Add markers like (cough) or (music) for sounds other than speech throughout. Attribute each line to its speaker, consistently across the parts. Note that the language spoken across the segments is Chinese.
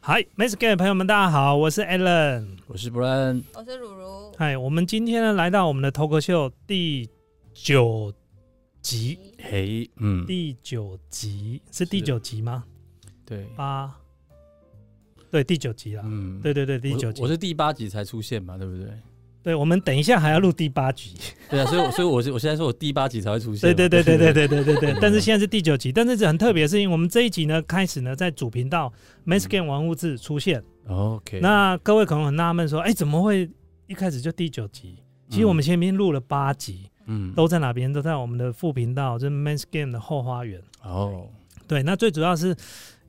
Speaker 1: 嗨 m a s Game 的朋友们，大家好，我是 Alan。
Speaker 2: 我是 Brian，
Speaker 3: 我是如如。
Speaker 1: 嗨，我们今天呢来到我们的脱口秀第九集，
Speaker 2: 嘿，嗯，
Speaker 1: 第九集是第
Speaker 2: 是
Speaker 1: 九集吗？
Speaker 2: 对，
Speaker 1: 八，对，第九集啦。
Speaker 2: 嗯，
Speaker 1: 对对对，
Speaker 2: 我
Speaker 1: 第
Speaker 2: 是
Speaker 1: 九集
Speaker 2: 我。是第八集才出现嘛，对不对？
Speaker 1: 对，我们等一下还要录第八集。
Speaker 2: 对啊，所以
Speaker 1: (laughs)
Speaker 2: 我所以我是我现在说我第八集才会出现
Speaker 1: 对
Speaker 2: 嘛，
Speaker 1: 对对对
Speaker 2: (laughs)
Speaker 1: 对对对对对
Speaker 2: 嗯。
Speaker 1: 但是现在是第九集，但是很特别，是因为我们这一集呢开始呢在主频道 m a s Game 玩物志出现。
Speaker 2: 哦，OK，
Speaker 1: 那各位可能很纳闷说，哎，怎么会一开始就第九集？其实我们前面录了八集。
Speaker 2: 嗯，
Speaker 1: 都在哪边？都在我们的副频道，就是 Men's Game 的后花园。
Speaker 2: 哦，
Speaker 1: 对，那最主要是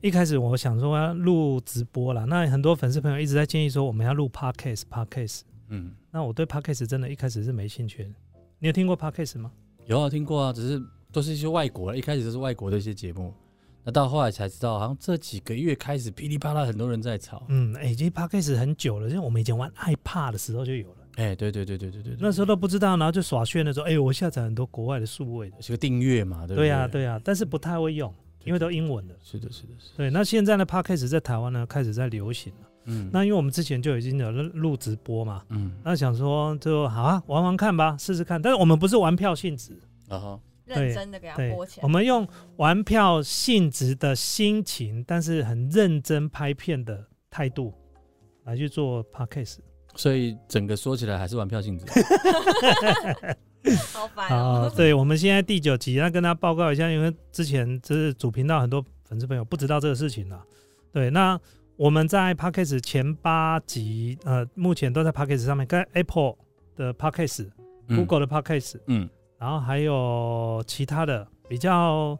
Speaker 1: 一开始我想说要录直播啦，那很多粉丝朋友一直在建议说我们要录 Podcast，Podcast。
Speaker 2: 嗯，
Speaker 1: 那我对 Podcast 真的一开始是没兴趣的。你有听过 Podcast 吗？
Speaker 2: 有啊，听过啊，只是都是一些外国，一开始都是外国的一些节目，那到后来才知道，好像这几个月开始噼里啪啦很多人在吵，
Speaker 1: 嗯，哎、已经 Podcast 很久了，因为我们以前玩 iPad 的时候就有了，
Speaker 2: 哎，对对对对对对，
Speaker 1: 那时候
Speaker 2: 都
Speaker 1: 都不知道，然后就耍炫的说，哎、我下载很多国外的数位的。
Speaker 2: 是个订阅嘛，对不
Speaker 1: 对呀、
Speaker 2: 呀，
Speaker 1: 对呀、但是不太会用，因为都英文的。
Speaker 2: 是的，是的，是的，
Speaker 1: 对，那现在呢，Podcast 在台湾呢开始在流行了。
Speaker 2: 嗯，
Speaker 1: 那因为我们之前就已经有录直播嘛，
Speaker 2: 嗯，
Speaker 1: 那想说就好啊，玩玩看吧，试试看。但是我们不是玩票性质，
Speaker 2: 然后
Speaker 1: 对
Speaker 3: 认真的给它
Speaker 1: 对
Speaker 3: 播起，来。
Speaker 1: 我们用玩票性质的心情，但是很认真拍片的态度来去做 podcast。
Speaker 2: 所以整个说起来还是玩
Speaker 1: (laughs)
Speaker 2: 票性质，
Speaker 3: 好烦
Speaker 1: 好，
Speaker 3: 哦。
Speaker 1: 啊对，我们现在第九集，那跟大家报告一下，因为之前就是主频道很多粉丝朋友不知道这个事情了。对，那我们在 podcast 前八集，呃，目前都在 podcast 上面，跟 Apple 的 podcast、
Speaker 2: 嗯
Speaker 1: Google 的 podcast。
Speaker 2: 嗯，
Speaker 1: 然后还有其他的比较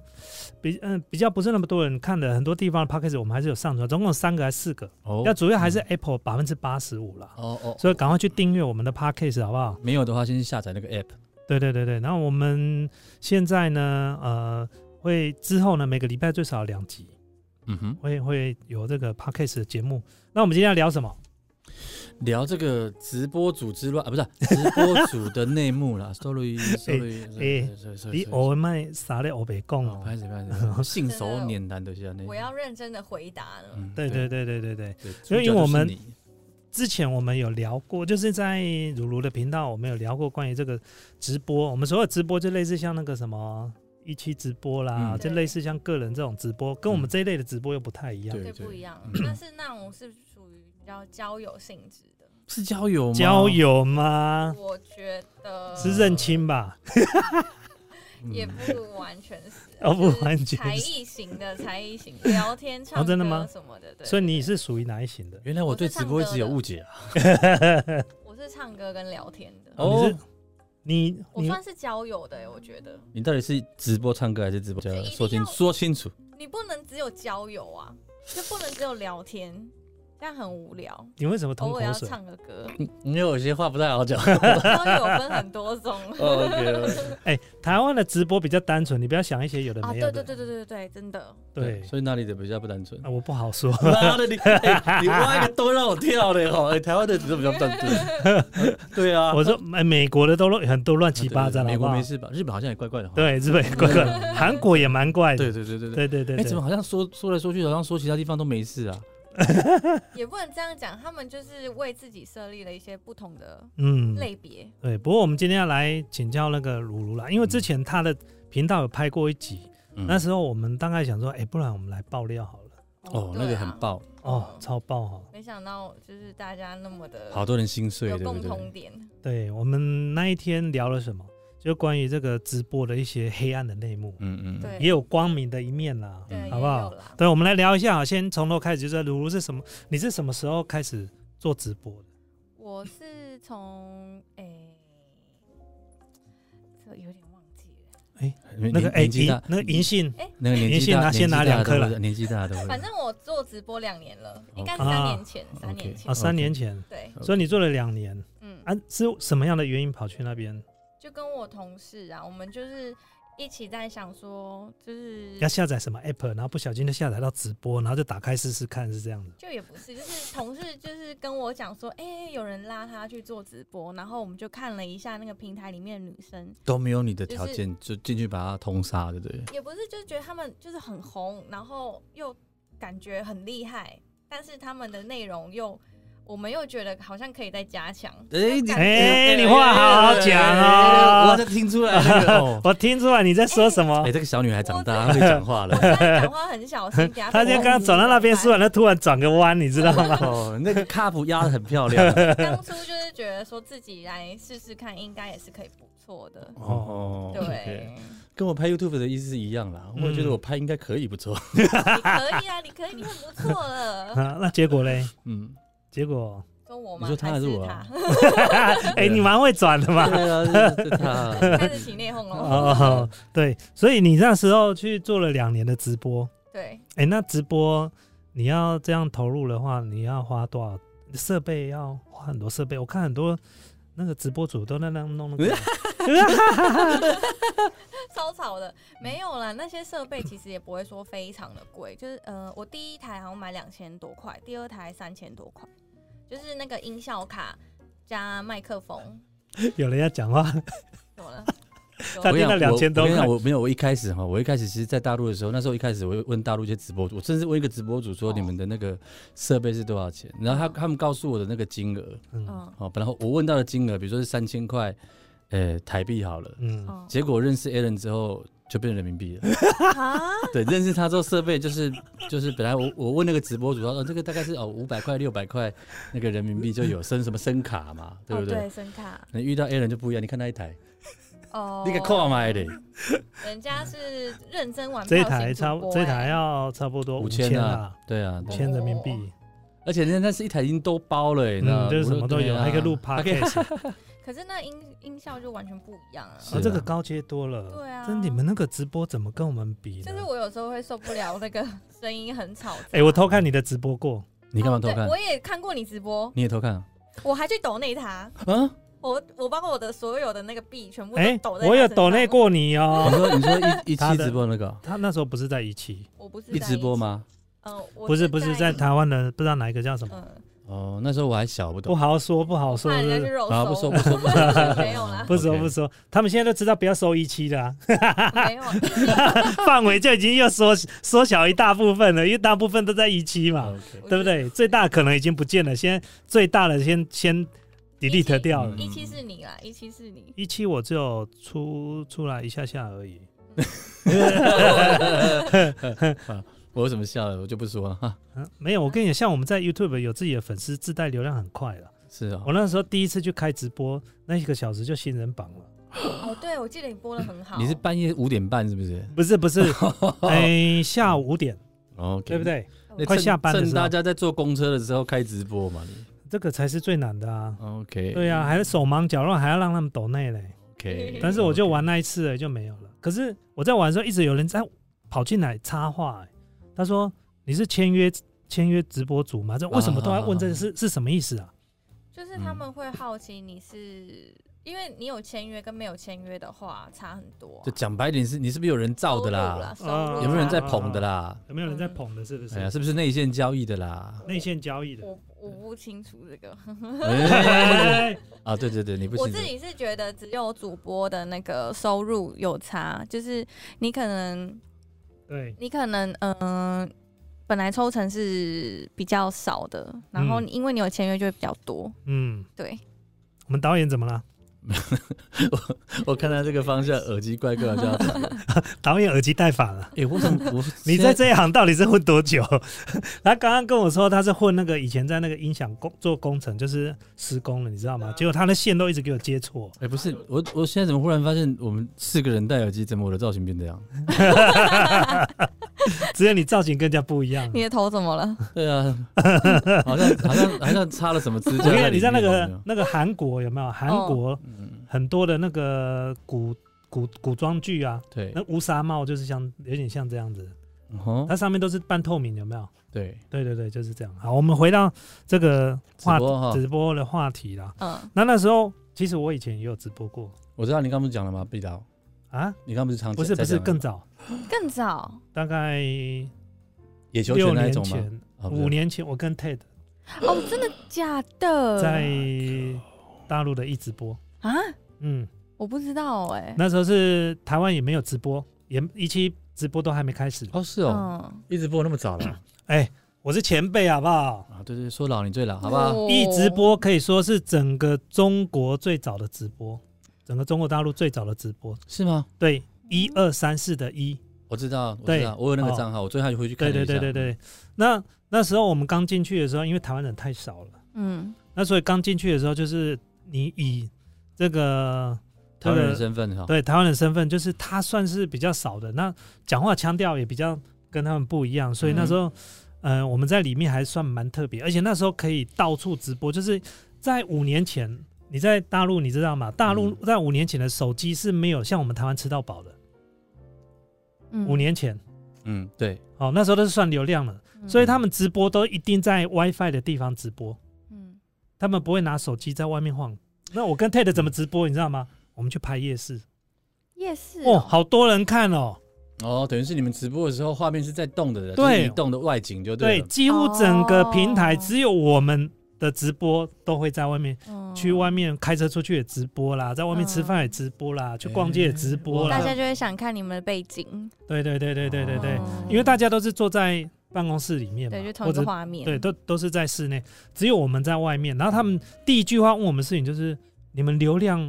Speaker 1: 比嗯、比较不是那么多人看的很多地方的 p o c a s t 我们还是有上传，总共有三个还是四个，
Speaker 2: 哦，
Speaker 1: 那、主要还是 Apple 百分之八十五啦。
Speaker 2: 哦哦，
Speaker 1: 所以赶快去订阅我们的 p o c a s t 好不好？
Speaker 2: 没有的话，先去下载那个 app。
Speaker 1: 对对对对，然后我们现在呢，呃，会之后呢，每个礼拜最少两集，
Speaker 2: 嗯哼，
Speaker 1: 会会有这个 p o c a s t 的节目。那我们今天要聊什么？
Speaker 2: 聊这个直播组之乱啊，不是直播组的内
Speaker 1: (laughs)
Speaker 2: 幕啦。Sorry，Sorry，
Speaker 1: 哎你偶尔卖啥的，我别讲哦。
Speaker 2: 哦，拍谁拍
Speaker 1: (laughs)
Speaker 2: 谁，信手拈来的下那。
Speaker 3: (laughs) 我要认真的回答了。
Speaker 2: 嗯，
Speaker 1: 对对对对对对。
Speaker 2: 对，
Speaker 1: 因为
Speaker 2: 主角就是
Speaker 1: 我们
Speaker 2: 你
Speaker 1: 之前我们有聊过，就是在如如的频道，我们有聊过关于这个直播。我们所有直播就类似像那个什么一期直播啦，
Speaker 2: 嗯
Speaker 1: 就类似像个人这种直播，跟我们这一类的直播又不太一样。
Speaker 2: 对
Speaker 3: 对，
Speaker 2: 对
Speaker 3: 不一样
Speaker 2: 嗯。
Speaker 3: 但是那种是属于比较交友性质的，
Speaker 2: 是交友吗？
Speaker 1: 交友吗？
Speaker 3: 我觉得
Speaker 1: 啊是认亲吧？
Speaker 2: 嗯
Speaker 3: 也不完全是
Speaker 1: (laughs) ，哦不完全是
Speaker 3: 就是才艺型的，才艺型聊天、唱
Speaker 1: 哦真的吗
Speaker 3: 歌什么
Speaker 2: 呃
Speaker 3: 的。对，
Speaker 1: 所以你是属于哪一型的？
Speaker 2: 原来我对直播一直有误解啊。
Speaker 3: 我是唱歌跟聊天的，
Speaker 1: 哦
Speaker 2: 哦，
Speaker 1: 你
Speaker 3: 我
Speaker 1: 你
Speaker 3: 算是交友的欸，我觉得
Speaker 2: 你到底是直播唱歌还是直播交友？
Speaker 3: 一定要
Speaker 2: 说清说清楚。
Speaker 3: 你不能只有交友啊，就不能只有聊天，这样很无聊。
Speaker 1: 你为什么吞
Speaker 3: 偶尔哦要
Speaker 1: 口水？
Speaker 3: 唱个歌，
Speaker 1: (laughs)
Speaker 2: 因为有些话不太好讲。
Speaker 3: 交友分很多种。
Speaker 2: 哦 OK，
Speaker 1: 哎、台湾的直播比较单纯，你不要想一些有的
Speaker 3: 啊，
Speaker 1: 没
Speaker 3: 对
Speaker 1: 有
Speaker 3: 对
Speaker 1: 的。
Speaker 3: 对对对对对，真的，
Speaker 1: 对
Speaker 2: 所以那里的比较不单纯。
Speaker 1: 啊，我不好说。
Speaker 2: 妈的，你、哎，你挖一个洞让我跳嘞哈！哎、台湾的只是比较单纯，对啊，
Speaker 1: 我说哎美国的都乱很多乱七八糟，
Speaker 2: 美
Speaker 1: 好不
Speaker 2: 国
Speaker 1: 好
Speaker 2: 没？事吧？日本好像也怪怪的哈。
Speaker 1: 对，日本 (laughs) 也怪怪的，
Speaker 2: (laughs)
Speaker 1: 韩国也蛮怪的。
Speaker 2: 对对对对
Speaker 1: 对
Speaker 2: 对。
Speaker 1: 对对
Speaker 2: 哎、
Speaker 1: 对。
Speaker 2: 怎么好像说说来说去，好像说其他地方都没事啊？
Speaker 3: 也不能这样讲，他们就是为自己设立了一些不同的
Speaker 1: 嗯，
Speaker 3: 类别。
Speaker 1: 对，不过我们今天要来请教那个鲁鲁啦，因为之前他的频道有拍过一集，
Speaker 2: 嗯
Speaker 1: 那时候我们大概想说，哎、不然我们来爆料好了。
Speaker 2: 哦，
Speaker 3: 对啊
Speaker 2: 那个很爆，
Speaker 1: 哦，超爆哈！
Speaker 3: 没想到就是大家那么的
Speaker 2: 好多人心碎，
Speaker 3: 有
Speaker 2: 对不
Speaker 3: 共
Speaker 2: 对
Speaker 3: 同？点，
Speaker 1: 对我们那一天聊了什么？就关于这个直播的一些黑暗的内幕，
Speaker 2: 嗯嗯，
Speaker 3: 对
Speaker 1: 也有光明的一面啦。
Speaker 3: 对，
Speaker 2: 嗯
Speaker 3: 也
Speaker 1: 好不好
Speaker 3: 有啦。
Speaker 1: 对，我们来聊一下啊，先从头开始，就是鲁鲁是什么？你是什么时候开始做直播的？
Speaker 3: 我是从诶，这有点忘记了，
Speaker 2: 嗯
Speaker 1: 那个哎，
Speaker 2: 年纪
Speaker 1: 银
Speaker 2: 大，
Speaker 1: 那个银杏，
Speaker 2: 那个年
Speaker 1: 银
Speaker 2: 纪
Speaker 1: 杏拿
Speaker 2: 大，
Speaker 1: 先拿
Speaker 2: 年纪大
Speaker 1: 两颗
Speaker 2: 的
Speaker 1: 来
Speaker 2: 会年纪大的会，
Speaker 3: 反正我做直播两年了，应该是
Speaker 1: OK
Speaker 3: 三年前，三年
Speaker 2: OK
Speaker 3: 前
Speaker 1: 啊，
Speaker 2: 哦，
Speaker 1: 三年前，
Speaker 3: 对，
Speaker 1: 所以你做了两年
Speaker 3: 嗯，
Speaker 1: 啊，是什么样的原因跑去那边？
Speaker 3: 就跟我同事啊，我们就是一起在想说，
Speaker 2: 嗯
Speaker 3: 就是
Speaker 1: 要下载什么 app，然后不小心就下载到直播，然后就打开试试看，是这样的。
Speaker 3: 就也不是，就是同事就是跟我讲说，哎、有人拉他去做直播，然后我们就看了一下那个平台里面的女生，
Speaker 2: 都没有你的
Speaker 3: 就是
Speaker 2: 条件，就进去把它通杀，对不对？
Speaker 3: 也不是就是觉得他们就是很红，然后又感觉很厉害，但是他们的内容又，我们又觉得好像可以再加强。
Speaker 2: 哎
Speaker 3: 感觉
Speaker 1: 哎你话好好讲哦，
Speaker 2: 我这听出来那个哦
Speaker 1: 我听出来你在说什么
Speaker 2: 哎，。这个小女孩长大会讲话
Speaker 3: 我
Speaker 2: 了。
Speaker 3: 刚才讲话
Speaker 1: (laughs)
Speaker 3: 很小心，等下
Speaker 1: 他
Speaker 3: 被
Speaker 1: 就
Speaker 3: 我
Speaker 1: 刚刚走到那边，
Speaker 3: 误
Speaker 1: 突
Speaker 3: 会
Speaker 1: 然他突然转个弯，你知道
Speaker 2: (laughs)
Speaker 1: 吗？
Speaker 2: 哦，那个 cup 压的很漂亮。啊
Speaker 3: (laughs) 当初就是觉得说自己来试试看，应该也是可以不错的。
Speaker 2: 哦，
Speaker 3: 对，
Speaker 2: 跟我拍 YouTube 的意思是一样啦。我觉得我拍应该可以不错。
Speaker 3: 你可以啊，你可以，你很不错
Speaker 1: (laughs)
Speaker 3: 了。
Speaker 1: 啊，那结果嘞？
Speaker 2: 嗯，
Speaker 1: 结
Speaker 2: (laughs)
Speaker 1: 果，
Speaker 3: 说我吗？
Speaker 2: 你说他
Speaker 3: 还
Speaker 2: 还
Speaker 3: 是
Speaker 2: 是我
Speaker 3: 他
Speaker 2: 啊？
Speaker 1: 哎，你蛮会转的嘛。
Speaker 2: 对啊，是是他。
Speaker 3: (laughs) 开
Speaker 1: (laughs)
Speaker 2: (laughs)
Speaker 3: 始起内讧了。
Speaker 1: 哦，对，所以你那时候去做了两年的直播，
Speaker 3: (laughs) 对，
Speaker 1: 哎，那直播你要这样投入的话，你要花多少设备？要花很多设备。我看很多那个直播主都在那弄那个，
Speaker 3: 超吵的，没有啦。那些设备其实也不会说非常的贵，就是呃，我第一台好像买两千多块，第二台三千多块，就是那个音效卡加麦克风，
Speaker 1: 有人要讲话，
Speaker 3: 怎么了？
Speaker 1: 他
Speaker 2: 嗯我跟
Speaker 1: 听
Speaker 2: 你
Speaker 1: 到
Speaker 2: 讲我
Speaker 1: 2000多
Speaker 2: 我跟你讲，
Speaker 1: 块
Speaker 2: 我没有，我一开始哈，我一开始其实，在大陆的时候，那时候一开始我会问大陆一些直播主，我甚至问一个直播主说
Speaker 3: 哦
Speaker 2: 你们的那个设备是多少钱，然后他他们告诉我的那个金额，
Speaker 1: 嗯
Speaker 3: 嗯
Speaker 2: 哦，本来我问到的金额，比如说是三千块，呃，台币好了，
Speaker 1: 嗯， (laughs)
Speaker 3: 嗯
Speaker 2: 结果认识 Alan 之后就变成人民币了。
Speaker 3: 啊，
Speaker 2: 对，认识他之后设备就是就是本来我我问那个直播主他说、哦、这个大概是哦五百块六百块那个人民币就有升什么升卡嘛，对
Speaker 3: 哦
Speaker 2: 不对？
Speaker 3: 对，声卡
Speaker 2: 那遇到 Alan 就不一样，你看那一台，
Speaker 3: 哦，
Speaker 2: 那个扣买的，
Speaker 3: 人家是认真玩票
Speaker 1: (laughs) 这一
Speaker 3: 型
Speaker 1: 台差
Speaker 3: 主播
Speaker 1: 这一台
Speaker 3: 哎
Speaker 1: 要差不多
Speaker 2: 五
Speaker 1: 千
Speaker 2: 千
Speaker 1: 啊
Speaker 2: 啊，，对啊，
Speaker 1: 五
Speaker 2: 对
Speaker 1: 千人民币，
Speaker 2: 而且人家那是一台已经都包了、欸，那、
Speaker 1: 嗯，就是什么都有， (laughs) 还可以录啊 podcast，
Speaker 3: 可是那音音效就完全不一样了。
Speaker 2: 是
Speaker 1: 啊，这个
Speaker 2: 啊
Speaker 1: 高阶多了。
Speaker 3: 对啊
Speaker 1: 真你们那个直播怎么跟我们比呢
Speaker 3: 就是？我有时候会受不了那个 (laughs) 声音很吵杂。
Speaker 1: 哎，我偷看你的直播过，
Speaker 2: 你干嘛偷
Speaker 3: 哦对
Speaker 2: 看？
Speaker 3: 我也看过你直播，
Speaker 2: 你也偷看啊？
Speaker 3: 我还去抖内他，
Speaker 2: 啊
Speaker 3: 我我把我的所有的那个币全部都
Speaker 1: 哎
Speaker 3: 抖，在。
Speaker 1: 我有抖内，过你
Speaker 2: 你
Speaker 3: (laughs)
Speaker 1: 哦。
Speaker 2: 说你说一
Speaker 1: (laughs)
Speaker 2: 一
Speaker 1: 他
Speaker 2: 期
Speaker 1: 的
Speaker 2: 直播那个哦
Speaker 1: 他那时候不是在一期，
Speaker 3: 我不是
Speaker 2: 一直播
Speaker 3: 吗？
Speaker 2: 吗？
Speaker 3: 嗯，我
Speaker 1: 不是不是在
Speaker 3: 他，
Speaker 1: 台湾的，不知道哪一个叫什么，
Speaker 3: 嗯，
Speaker 2: 哦，那时候我还小，不
Speaker 1: 不
Speaker 2: 懂。
Speaker 1: 好说不好说
Speaker 3: 怕，人
Speaker 1: 是
Speaker 3: 家去肉
Speaker 2: 啊，
Speaker 3: 搜，
Speaker 2: 不说不说不说，
Speaker 3: (laughs) 没有啦，
Speaker 1: 不是不说
Speaker 2: OK
Speaker 1: 不说，他们现在都知道不要收一期的啊， (laughs)
Speaker 3: 没有，
Speaker 1: 范围就已经又缩缩小一大部分了，因为大部分都在一期嘛，
Speaker 2: OK
Speaker 1: 对不？对？最大可能已经不见了，现在最大的先先 delete 掉了
Speaker 2: 嗯。
Speaker 3: 一期是你啦，一期是你，
Speaker 1: 一期我只有出出来一下下而已，
Speaker 2: 我为什么笑了？我就不说了哈。
Speaker 1: 嗯，没有。我跟你讲，像我们在 YouTube 有自己的粉丝，自带流量很快了。
Speaker 2: 是啊
Speaker 1: 我，那时候第一次去开直播，那一个小时就新人榜了。
Speaker 3: 哦，对，我记得你播的很好，
Speaker 2: 你是半夜五点半是不是？
Speaker 1: 不是不
Speaker 2: (laughs)
Speaker 1: 是，哎、下午五点，
Speaker 2: 哦，
Speaker 1: 对不？对？
Speaker 2: 那
Speaker 1: 快
Speaker 2: 趁
Speaker 1: 下班的
Speaker 2: 趁
Speaker 1: 时候
Speaker 2: 大家在坐公车的时候开直播嘛。你
Speaker 1: 这个才是最难的啊。
Speaker 2: OK，
Speaker 1: 对啊，还是手忙脚乱，还要让他们抖内嘞。
Speaker 2: ，OK。
Speaker 1: 但是我就
Speaker 2: OK
Speaker 1: 玩那一次了，就没有了。可是我在玩的时候，一直有人在跑进来插话、哎他说：“你是签约签约直播主吗？这为什么都要问
Speaker 2: 啊
Speaker 1: 这是是什么意思啊？
Speaker 3: 就是
Speaker 2: 嗯
Speaker 3: 他们会好奇你是，因为你有签约跟没有签约的话差很多啊、
Speaker 2: 就讲白一点，是你是不是有人造的啦？
Speaker 3: 收入啦，收入
Speaker 1: 啊
Speaker 2: 有没有人在
Speaker 3: 差
Speaker 2: 捧的啦？
Speaker 1: 有没有人在捧的？是不是
Speaker 2: 哎呀，是不是内线交易的
Speaker 3: (laughs)
Speaker 2: 啦？
Speaker 1: 内线交 (laughs) 易的？
Speaker 3: 我我不清楚这个，
Speaker 2: 哎啊，对对对，你不
Speaker 3: 我
Speaker 2: 行
Speaker 3: 自
Speaker 2: 的。
Speaker 3: 己是觉得只有主播的那个收入有差，就是你可能
Speaker 1: 对，
Speaker 3: 你可能嗯、呃本来抽成是比较少的，然后
Speaker 1: 嗯
Speaker 3: 因为你有签约就会比较多，
Speaker 1: 嗯，
Speaker 3: 对，
Speaker 1: 我们导演怎么了？
Speaker 2: 我看他这个方向，耳机怪怪的这样子。
Speaker 3: (laughs)
Speaker 1: 导演耳机戴反了。
Speaker 2: 哎，我怎么我
Speaker 1: 你
Speaker 2: 现
Speaker 1: 在这一行到底是混多久？ (laughs) 他刚刚跟我说他是混那个以前在那个音响工做工程，就是施工了，你知道
Speaker 2: 啊
Speaker 1: 吗？结果他的线都一直给我接错。
Speaker 2: 哎、不是我，我现在怎么忽然发现我们四个人戴耳机，怎么我的造型变这样？
Speaker 1: 只有你造型更加不一样。
Speaker 3: 你的头怎么了？
Speaker 2: 对啊， (laughs) 好像好像好像插了什么支
Speaker 1: 我
Speaker 2: 架
Speaker 1: 跟
Speaker 2: 里
Speaker 1: 你
Speaker 2: 面。
Speaker 1: 讲，你在那
Speaker 2: 有没
Speaker 1: 个
Speaker 2: 有
Speaker 1: 那个韩国有没有？韩国
Speaker 2: 嗯，
Speaker 1: 很多的那个古古古装剧啊，
Speaker 2: 对，
Speaker 1: 那乌纱帽就是像有点像这样子，
Speaker 2: 哦、
Speaker 1: 它上面都是半透明，有没有？
Speaker 2: 对，
Speaker 1: 对对对，就是这样。好，我们回到这个话
Speaker 2: 直播哈
Speaker 1: 直播的话题啦。
Speaker 3: 嗯，
Speaker 1: 那那时候其实我以前也有直播过
Speaker 2: 我知道你刚不是讲了吗？毕导，
Speaker 1: 啊，
Speaker 2: 你刚不是常
Speaker 1: 不是不
Speaker 2: 哦在
Speaker 1: 是
Speaker 2: 讲
Speaker 1: 更早，
Speaker 3: 更早
Speaker 1: 大概
Speaker 2: 野球
Speaker 1: 六
Speaker 2: 拳那一
Speaker 1: 年
Speaker 2: 种吗？
Speaker 1: 前、
Speaker 2: 啊不是
Speaker 1: 五年前，我跟 Ted
Speaker 3: 哦，真的假的？
Speaker 1: 在大陆的一直播，
Speaker 3: 啊，
Speaker 1: 嗯，
Speaker 3: 我不知道哎、
Speaker 1: 那时候是台湾也没有直播，也一期直播都还没开始。
Speaker 2: 哦，是哦，
Speaker 3: 嗯，
Speaker 2: 一直播那么早了，
Speaker 1: 哎、我是前辈，好不好？
Speaker 2: 啊，对对，说老你最老，好不
Speaker 3: 哦
Speaker 2: 好？
Speaker 1: 一直播可以说是整个中国最早的直播，整个中国大陆最早的直播。
Speaker 2: 是吗？
Speaker 1: 对，一二三四的一，
Speaker 2: 我知道，我
Speaker 1: 对
Speaker 2: 知道，我有那个
Speaker 1: 哦
Speaker 2: 账号，我最后回去看
Speaker 1: 对
Speaker 2: 了一
Speaker 1: 对
Speaker 2: 下。
Speaker 1: 对对对。那那时候我们刚进去的时候，因为台湾人太少了，
Speaker 3: 嗯，
Speaker 1: 那所以刚进去的时候就是你以这个
Speaker 2: 台湾人的
Speaker 1: 这个
Speaker 2: 身份哈，
Speaker 1: 对台湾人身份，就是他算是比较少的，那讲话腔调也比较跟他们不一样，所以那时候，呃，我们在里面还算蛮特别，而且那时候可以到处直播，就是在五年前，你在大陆你知道吗？大陆
Speaker 2: 嗯
Speaker 1: 在五年前的手机是没有像我们台湾吃到饱的，
Speaker 3: 嗯
Speaker 1: 五，年前，
Speaker 2: 嗯，对，
Speaker 1: 哦，那时候都是算流量了，
Speaker 3: 嗯
Speaker 1: 所以他们直播都一定在 WiFi 的地方直播，
Speaker 3: 嗯
Speaker 1: 他们不会拿手机在外面晃。那我跟 Ted 怎么直播，你知道吗？我们去拍夜市，
Speaker 3: 夜市
Speaker 1: 哦，好多人看哦，
Speaker 2: 哦，等于是你们直播的时候，画面是在动的，
Speaker 1: 对
Speaker 2: 就是移动的外景就
Speaker 1: 对，
Speaker 2: 了。
Speaker 1: 几乎整个平台
Speaker 3: 哦
Speaker 1: 只有我们的直播都会在外面，
Speaker 3: 嗯
Speaker 1: 去外面开车出去也直播啦，在外面吃饭也直播啦，去逛街也直播
Speaker 2: 哇
Speaker 3: 大
Speaker 1: 啦。
Speaker 3: 家就会想看你们的背景，
Speaker 1: 对对对对对对对
Speaker 3: 哦，
Speaker 1: 因为大家都是坐在办公室里面嘛
Speaker 3: 对，就，同
Speaker 1: 或
Speaker 3: 一个
Speaker 1: 者
Speaker 3: 画面，
Speaker 1: 对，都都是在室内，只有我们在外面。然后他们第一句话问我们事情就是：你们流量，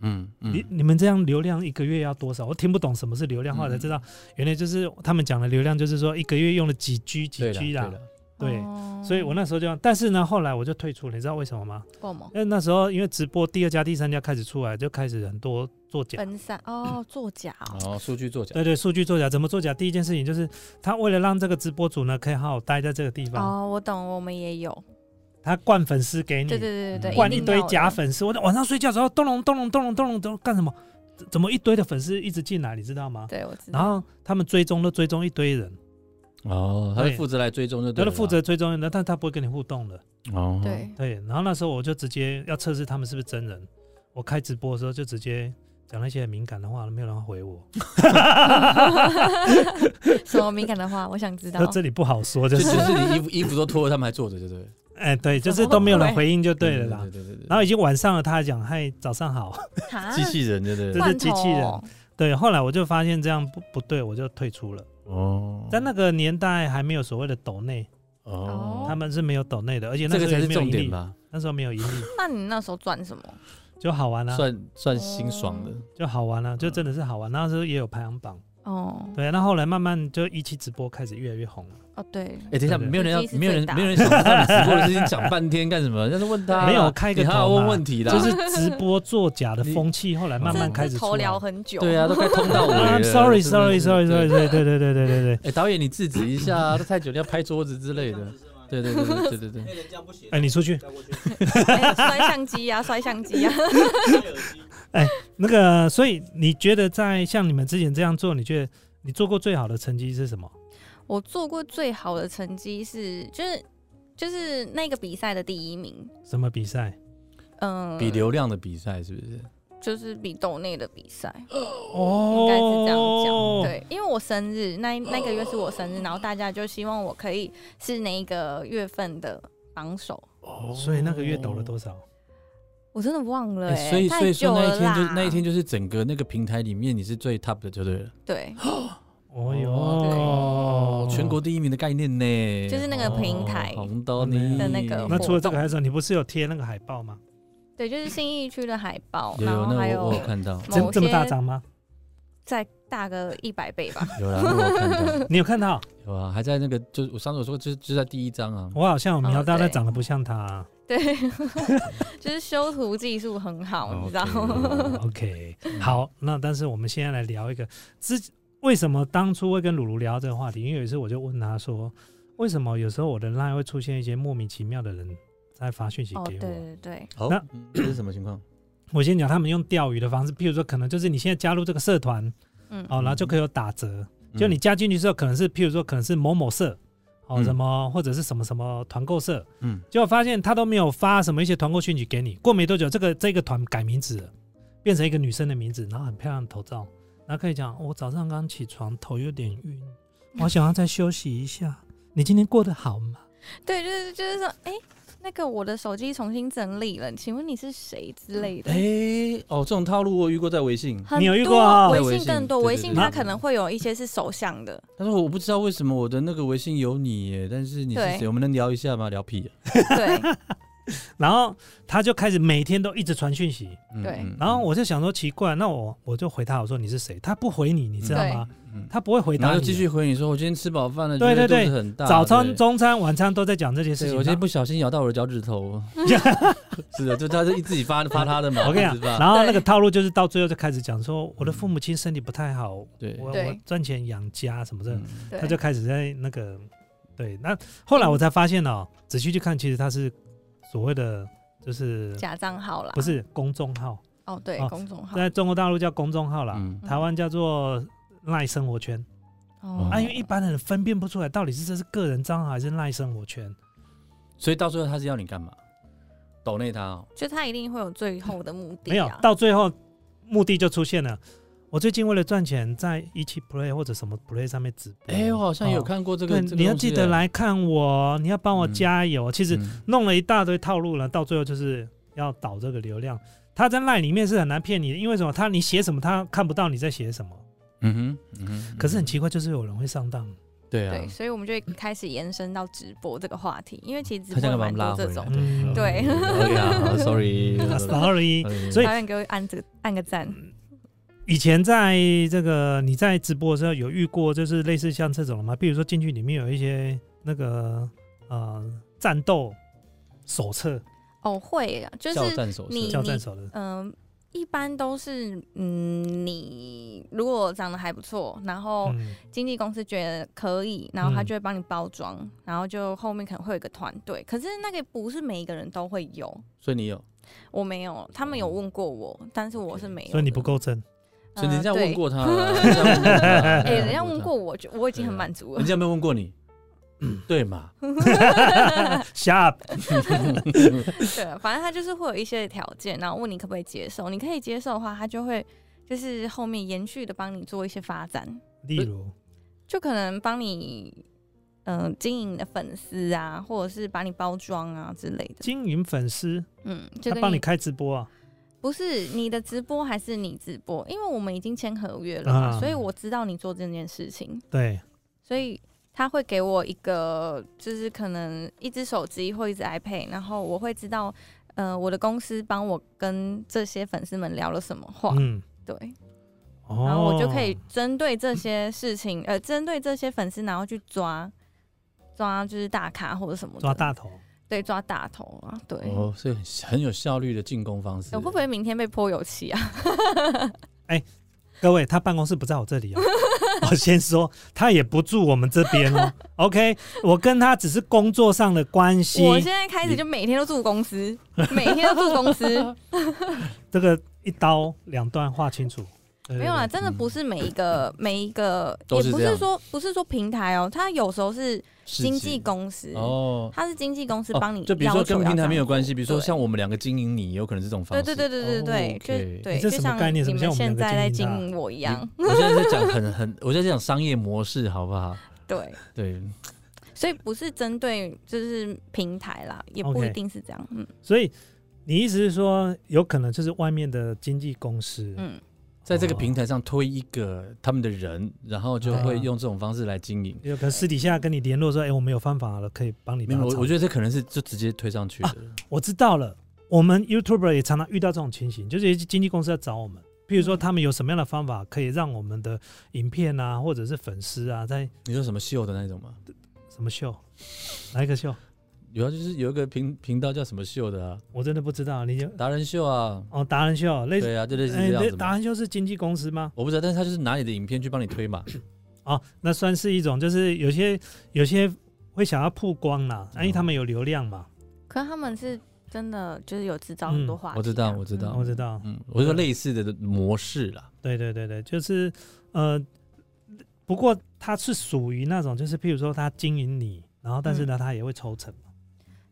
Speaker 2: 嗯
Speaker 1: 你
Speaker 2: 嗯，
Speaker 1: 你们这样流量一个月要多少？我听不懂什么是流量，后来才知道，原来就是他们讲的流量，就是说一个月用了几 G 几
Speaker 2: 对
Speaker 1: G
Speaker 2: 了
Speaker 1: 啦
Speaker 2: 对。了，
Speaker 1: 对
Speaker 3: 哦
Speaker 1: 所以我那时候就，但是呢，后来我就退出了，你知道为什么吗？
Speaker 3: 够吗？
Speaker 1: 因为那时候因为直播第二家、第三家开始出来，就开始很多作假。
Speaker 3: 分散哦，作假哦，
Speaker 2: 哦，数据作假，
Speaker 1: 对对，数据作假怎么作假？第一件事情就是，他为了让这个直播主呢可以好好待在这个地方，
Speaker 3: 哦，我懂，我们也有，
Speaker 1: 他灌粉丝给你，
Speaker 3: 对对对对
Speaker 1: 嗯
Speaker 3: 对，
Speaker 1: 灌一
Speaker 3: 定
Speaker 1: 堆
Speaker 3: 要的
Speaker 1: 假，粉丝。我晚上睡觉的时候，咚隆咚隆咚隆咚隆咚，干什么？怎怎么一堆的粉丝一直进来，你知道吗？
Speaker 3: 对我知
Speaker 1: 然
Speaker 3: 道，
Speaker 1: 后他们追踪都追踪一堆人，
Speaker 2: 哦，他是
Speaker 1: 对
Speaker 2: 负责来追踪就
Speaker 1: 他
Speaker 2: 对
Speaker 1: 都
Speaker 2: 了，
Speaker 1: 负责追踪人，但他不会跟你互动的。
Speaker 2: 哦，
Speaker 3: 对，
Speaker 1: (laughs) 对，然后那时候我就直接要测试他们是不是真人。我开直播的时候就直接讲了一些很敏感的话，没有人回我。
Speaker 3: 什么敏感的话，我想知道
Speaker 1: 那。这里不好 (laughs) 说，
Speaker 2: 就
Speaker 1: 就
Speaker 2: 就是是你衣服衣服都脱了，他们还坐着，就对了。
Speaker 1: 哎，对，就是都没有人回应就 (laughs) 对
Speaker 2: 对
Speaker 1: 了啦
Speaker 2: 对。对对对。
Speaker 1: 然后已经晚上了，他还讲嗨，早上好。 (laughs)
Speaker 3: 哈
Speaker 1: 啊
Speaker 2: 机器人就
Speaker 1: 这
Speaker 2: 对了。
Speaker 1: 是
Speaker 3: 罐
Speaker 1: 机器
Speaker 3: 头
Speaker 1: 人
Speaker 3: 哦
Speaker 1: 对，后来我就发现这样不不对，我就退出了。
Speaker 2: 哦
Speaker 1: 在那个年代还没有所谓的抖内，
Speaker 2: 哦，
Speaker 1: 他们是没有抖内的，而且那
Speaker 2: 这
Speaker 1: 时
Speaker 2: 个
Speaker 1: 候
Speaker 2: 才
Speaker 1: 也
Speaker 2: 是
Speaker 1: 没有
Speaker 2: 重
Speaker 1: 盈
Speaker 2: 点
Speaker 1: 利，
Speaker 2: 吧？
Speaker 1: 那时候没有盈
Speaker 2: (laughs)
Speaker 1: 利，
Speaker 3: 那你那时候赚什么？
Speaker 1: 就好玩啊，
Speaker 2: 算算辛爽的，
Speaker 1: 就好玩啊，就真的是好玩。那时候也有排行榜，
Speaker 3: 哦
Speaker 1: 对。那后来慢慢就一期直播开始越来越红了。
Speaker 3: 哦，对，
Speaker 2: 哎、等一下，
Speaker 1: 对对
Speaker 2: 没有人
Speaker 3: 机
Speaker 2: 要，
Speaker 3: 是
Speaker 2: 没有人
Speaker 3: 最，大
Speaker 2: 没有人想知道你直播的事情，讲半天干什么？要 (laughs) 是问他啦，
Speaker 1: 没有开个
Speaker 2: 你还要
Speaker 1: 头嘛
Speaker 2: 问问题的，
Speaker 1: 就是直播作假的
Speaker 2: (laughs) 你哦
Speaker 1: 风气，后来慢慢
Speaker 2: 这
Speaker 1: 开始
Speaker 3: 这
Speaker 1: 出
Speaker 3: 头
Speaker 1: 来
Speaker 3: 聊。很久，
Speaker 2: 对啊，都快通
Speaker 1: (laughs)
Speaker 2: 到尾了。
Speaker 1: I'm
Speaker 2: 真的
Speaker 1: sorry, sorry,
Speaker 2: 真的
Speaker 1: sorry,
Speaker 2: 真
Speaker 1: sorry,
Speaker 2: 的
Speaker 1: 对
Speaker 2: 对
Speaker 1: 对对对对对对。
Speaker 2: 哎、导演你制止一下、啊，都太久了，要拍桌子之类的。对对对对对对
Speaker 3: (laughs)
Speaker 2: 对，
Speaker 1: 哎，你出去。
Speaker 3: 哎，摔相机呀， (laughs) 摔相机呀，啊
Speaker 1: 那个，所以你觉得在像你们之前这样做，你觉得你做过最好的成绩是什么？
Speaker 3: 我做过最好的成绩是，就是就是那个比赛的第一名，
Speaker 1: 什么比赛？
Speaker 3: 嗯，
Speaker 2: 比流量的比赛是不是？
Speaker 3: 就是比斗内的比赛，
Speaker 1: 哦
Speaker 3: 应该是这样
Speaker 2: 哦
Speaker 3: 讲，。对，因为我生日那那个月是我生日，然后大家就希望我可以是那一个月份的榜首，
Speaker 2: 哦
Speaker 1: 所以那个月抖了多少？
Speaker 3: 我真的忘了
Speaker 2: 哎、
Speaker 3: 哎，
Speaker 2: 所以所以
Speaker 3: 太
Speaker 2: 说那
Speaker 3: 久了
Speaker 2: 一天就
Speaker 3: 啦
Speaker 2: 那一天就是整个那个平台里面你是最 top 的，就对了。
Speaker 3: 对，
Speaker 1: 哦
Speaker 2: 哦
Speaker 1: 哟，
Speaker 2: 全国。第一名的概念呢，
Speaker 3: 就是那个平台
Speaker 2: 哦红到你
Speaker 3: 的那个
Speaker 1: 那除了这个，还有什么？你不是有贴那个海报吗？
Speaker 3: (gasps) 对，就是信义区的海报，
Speaker 2: 有
Speaker 3: 然
Speaker 2: 有
Speaker 3: 后还
Speaker 2: 那我我
Speaker 3: 有
Speaker 2: 有看到，
Speaker 1: 这
Speaker 3: 某
Speaker 1: 这么大
Speaker 3: 些
Speaker 1: 张吗？
Speaker 3: 再大个一百倍吧， (laughs)
Speaker 2: 有啦，那我有看到
Speaker 1: 你有看到？
Speaker 2: 有啊，还在那个就是我上次有说就是就在第一章啊，
Speaker 1: 我好像有瞄到，
Speaker 3: 哦对
Speaker 1: 但长得不像他啊。
Speaker 3: 对，就是修图技术很
Speaker 2: 哦
Speaker 3: 好，你知道吗？
Speaker 2: 吗？
Speaker 3: (laughs)
Speaker 1: OK，好，
Speaker 3: 嗯
Speaker 1: 那但是我们现在来聊一个之为什么当初会跟鲁鲁聊这个话题？因为有一次我就问他说，为什么有时候我的 line 会出现一些莫名其妙的人在发讯息
Speaker 3: (laughs) 哦，
Speaker 1: 给
Speaker 3: 对
Speaker 1: 我？
Speaker 3: 对对，
Speaker 2: 好
Speaker 1: 那，
Speaker 2: 嗯这是什么情况？
Speaker 1: 我先讲他们用钓鱼的方式，譬如说可能就是你现在加入这个社团
Speaker 3: 嗯，
Speaker 1: 哦，然后就可以有打折，嗯就你加进去之后可能是譬如说可能是某某社。哦，
Speaker 2: 嗯
Speaker 1: 什么或者是什么什么团购社，
Speaker 2: 嗯，
Speaker 1: 结果发现他都没有发什么一些团购讯息给你。过没多久，这个这个团改名字了，变成一个女生的名字，然后很漂亮的头照，然后可以讲、我早上刚起床，头有点晕，我想要再休息一下。你今天过得好吗？
Speaker 3: 对，就是就是说，哎、那个我的手机重新整理了，请问你是谁之类的？
Speaker 2: 哎、哦，这种套路我遇过在微信，
Speaker 3: 很多
Speaker 1: 你有遇过啊
Speaker 2: 在微
Speaker 3: 微
Speaker 2: 信
Speaker 3: 信更多，
Speaker 2: 对对
Speaker 3: 微信
Speaker 2: 对
Speaker 3: 它可能会有一些是首
Speaker 1: (laughs)
Speaker 3: 相的，
Speaker 2: 但是我不知道为什么我的那个微信有你耶，但是你是
Speaker 3: 对
Speaker 2: 谁？我们能聊一下吗？聊屁、啊！
Speaker 3: 对，
Speaker 1: 然后他就开始每天都一直传讯息，
Speaker 2: 嗯
Speaker 3: 对
Speaker 1: 然后我就想说奇怪，那我我就回他我说你是谁，他不回你，你知道吗？
Speaker 2: 嗯
Speaker 1: 他不会回
Speaker 2: 然
Speaker 1: 答
Speaker 2: 后
Speaker 1: 你
Speaker 2: 就
Speaker 1: 的，
Speaker 2: 继续回你说，我今天吃饱饭了，
Speaker 1: 对
Speaker 2: 觉得
Speaker 1: 对对
Speaker 2: 肚子很大。
Speaker 1: 早餐、
Speaker 2: 对
Speaker 1: 中餐、晚餐都在讲这件事
Speaker 2: 对
Speaker 1: 情。
Speaker 2: 我今天
Speaker 1: 然
Speaker 2: 不小心咬到我的脚
Speaker 1: (laughs)
Speaker 2: 趾头。是的，就他是自己发发他的嘛。
Speaker 1: 后我跟你
Speaker 2: 自己
Speaker 1: 讲，
Speaker 2: 发
Speaker 1: 然后那个套路就是到最后就开始讲说我的父母亲身体不太好，我
Speaker 2: 对，
Speaker 1: 我
Speaker 3: 对
Speaker 1: 赚钱养家什么的，
Speaker 2: 嗯
Speaker 3: 对嗯
Speaker 1: 他就开始在那个对。那后来我才发现哦，仔细去看，其实他是所谓的就是
Speaker 3: 假账号啦，
Speaker 1: 不是公众号，
Speaker 3: 哦，对
Speaker 1: 哦，
Speaker 3: 公众号
Speaker 1: 在中国大陆叫公众号啦，
Speaker 2: 嗯
Speaker 1: 台湾叫做赖生活圈。
Speaker 3: 哦
Speaker 1: 啊，因为一般人分辨不出来到底是这是个人账号还是赖生活圈。
Speaker 2: 所以到最后他是要你干嘛？抖内他哦，
Speaker 3: 就他一定会有最后的目的，啊
Speaker 1: 没有，，
Speaker 2: 啊
Speaker 1: 到最后目的就出现了。我最近为了赚钱，在一起 Play 或者什么 Play 上面直播。
Speaker 2: 哎，我好像有
Speaker 1: 哦
Speaker 2: 看过这
Speaker 1: 对，
Speaker 2: 个。这个
Speaker 1: 你要
Speaker 2: 东西
Speaker 1: 记得
Speaker 2: 耶，
Speaker 1: 来看我，你要帮我
Speaker 2: 嗯
Speaker 1: 加油。其实
Speaker 2: 嗯
Speaker 1: 弄了一大堆套路了，到最后就是要导这个流量。他在赖里面是很难骗你的，因为什么？他你写什么，他看不到你在写什么。
Speaker 2: 嗯哼，嗯哼
Speaker 1: 可是很奇怪，就是有人会上当。
Speaker 2: 对啊
Speaker 3: 对，，所以我们就开始延伸到直播这个话题，因为其实直
Speaker 2: 他
Speaker 3: 播
Speaker 2: 想
Speaker 3: 有
Speaker 2: 要把我
Speaker 3: 蛮
Speaker 2: 们拉
Speaker 3: 多
Speaker 2: 回
Speaker 3: 这
Speaker 2: 来
Speaker 3: 种。。
Speaker 1: 嗯
Speaker 3: 对
Speaker 2: OK 啊，Sorry，
Speaker 1: (laughs) 啊 Sorry，所以
Speaker 3: 导演给我按这个按个赞，
Speaker 1: 以前在这个你在直播的时候有遇过，就是类似像这种的吗？比如说进去里面有一些那个呃战斗手册、
Speaker 3: 哦，会啊，就
Speaker 2: 叫
Speaker 3: 是
Speaker 2: 战手册
Speaker 3: 你
Speaker 1: 叫战手的，
Speaker 3: 嗯、一般都是嗯，你如果长得还不错，然后
Speaker 1: 嗯，
Speaker 3: 经纪公司觉得可以，然后他
Speaker 1: 嗯
Speaker 3: 就会帮你包装，然后就后面可能会有一个团队，可是那个不是每一个人都会有。
Speaker 2: 所以你有，
Speaker 3: 我没有，他们有问过我，但是我是没有的。
Speaker 1: 所以你不够正，
Speaker 3: 呃，
Speaker 2: 所以人家问
Speaker 3: 对，
Speaker 2: 过他
Speaker 3: (laughs)
Speaker 2: 了，人家问过他了
Speaker 3: 哎、人家问过我，就我已经很
Speaker 2: 对啊
Speaker 3: 满足了
Speaker 2: 人。家有没有问过你？
Speaker 1: 嗯
Speaker 2: 对嘛？
Speaker 1: 下
Speaker 3: 对啊，反正他就是会有一些条件，然后问你可不可以接受。你可以接受的话，他就会就是后面延续的帮你做一些发展，
Speaker 1: 例如
Speaker 3: 就可能帮你嗯、呃经营你的粉丝啊，或者是把你包装啊之类的。
Speaker 1: 经营粉丝，
Speaker 3: 嗯，就
Speaker 1: 他
Speaker 3: 跟
Speaker 1: 帮你开直播啊，
Speaker 3: 不是你的直播还是你直播，因为我们已经签合约了嘛，
Speaker 1: 啊
Speaker 3: 所以我知道你做这件事情，
Speaker 1: 对，
Speaker 3: 所以。他会给我一个，就是可能一只手机或一只 iPad，然后我会知道，呃，我的公司帮我跟这些粉丝们聊了什么话，
Speaker 1: 嗯，
Speaker 3: 对，
Speaker 1: 哦，
Speaker 3: 然后我就可以针对这些事情，呃，针对这些粉丝，然后去抓抓就是大咖或者什么的
Speaker 1: 抓大头，
Speaker 3: 对抓大头啊，对。
Speaker 2: 哦，所以很很有效率的进攻方式。
Speaker 3: 呃会不会明天被泼油漆啊？
Speaker 1: 各位，他办公室不在我这里哦。我先说，他也不住我们这边哦。OK，我跟他只是工作上的关系。
Speaker 3: 我现在开始就每天都住公司，每天都住公司。
Speaker 1: 这个一刀两断划清楚。对
Speaker 3: 没有啊啦，
Speaker 1: 对
Speaker 3: 真的不是每一个每一个，
Speaker 2: 嗯都
Speaker 3: 也
Speaker 2: 是
Speaker 3: 不
Speaker 2: 这样
Speaker 3: 是说不是说平台哦，它有时候是经纪公司，
Speaker 2: 哦，
Speaker 3: 它是经纪公司
Speaker 2: 哦
Speaker 3: 帮你要求要这
Speaker 2: 就
Speaker 3: 样做、
Speaker 2: 比如说跟平台没有关系，比如说
Speaker 3: 对
Speaker 2: 像我哦们两个经营你，有可能是这种方
Speaker 3: 对
Speaker 2: 式。
Speaker 3: 对对对对对，就
Speaker 2: 对。
Speaker 1: 你
Speaker 3: 对，
Speaker 1: 这
Speaker 3: 就
Speaker 1: 什么
Speaker 3: 像
Speaker 1: 概念什
Speaker 3: 你
Speaker 1: 么像我
Speaker 3: 们
Speaker 1: 们两
Speaker 3: 现
Speaker 1: 个
Speaker 3: 在在
Speaker 1: 经
Speaker 3: 经
Speaker 1: 营
Speaker 3: 营我一样，
Speaker 2: 我现在在讲很很，我现在在讲商业模式，好不好？
Speaker 3: 对。
Speaker 2: 对，
Speaker 3: 所以不是针对就是平台啦，也不
Speaker 1: OK
Speaker 3: 一定是这样。嗯
Speaker 1: 所以你意思是说，有可能就是外面的经纪公司，哦
Speaker 3: 嗯，
Speaker 2: 在这个平台上推一个他们的人，然后就会用这种方式来经营。
Speaker 1: 有可能私底下跟你联络说，哎、我们有方法了，可以帮你
Speaker 2: 没有，啊
Speaker 1: 打
Speaker 2: 我
Speaker 1: 场
Speaker 2: 我觉得这可能是就直接推上去的。
Speaker 1: 我知道了。我们 YouTuber 也常常遇到这种情形，就是有些经纪公司要找我们，譬如说
Speaker 3: 嗯
Speaker 1: 他们有什么样的方法可以让我们的影片啊，或者是粉丝啊，在
Speaker 2: 你说什么秀的那种吗？
Speaker 1: 什么秀，哪一个秀，
Speaker 2: 有啊，就是有一个频频道叫什么秀的啊，
Speaker 1: 我真的不知道。你就
Speaker 2: 达人秀啊，
Speaker 1: 哦，达人秀类似，
Speaker 2: 对啊，就类似
Speaker 1: 哎、
Speaker 2: 这样
Speaker 1: 那
Speaker 2: 子
Speaker 1: 达
Speaker 2: 嘛。
Speaker 1: 人秀是经纪公司吗？
Speaker 2: 我不知道，但是他就是拿你的影片去帮你推嘛。
Speaker 1: 哦，那算是一种，就是有些有些会想要曝光啦，
Speaker 2: 嗯
Speaker 1: 因为他们有流量嘛。
Speaker 3: 可是他们是真的就是有制造很多话、题啊
Speaker 2: 嗯我知道，我知道，
Speaker 1: 我知道，
Speaker 2: 嗯，我就说类似的模式啦，。
Speaker 1: 对对对对，就是呃，不过他是属于那种，就是譬如说他经营你，然后但是呢，他也会抽成嘛。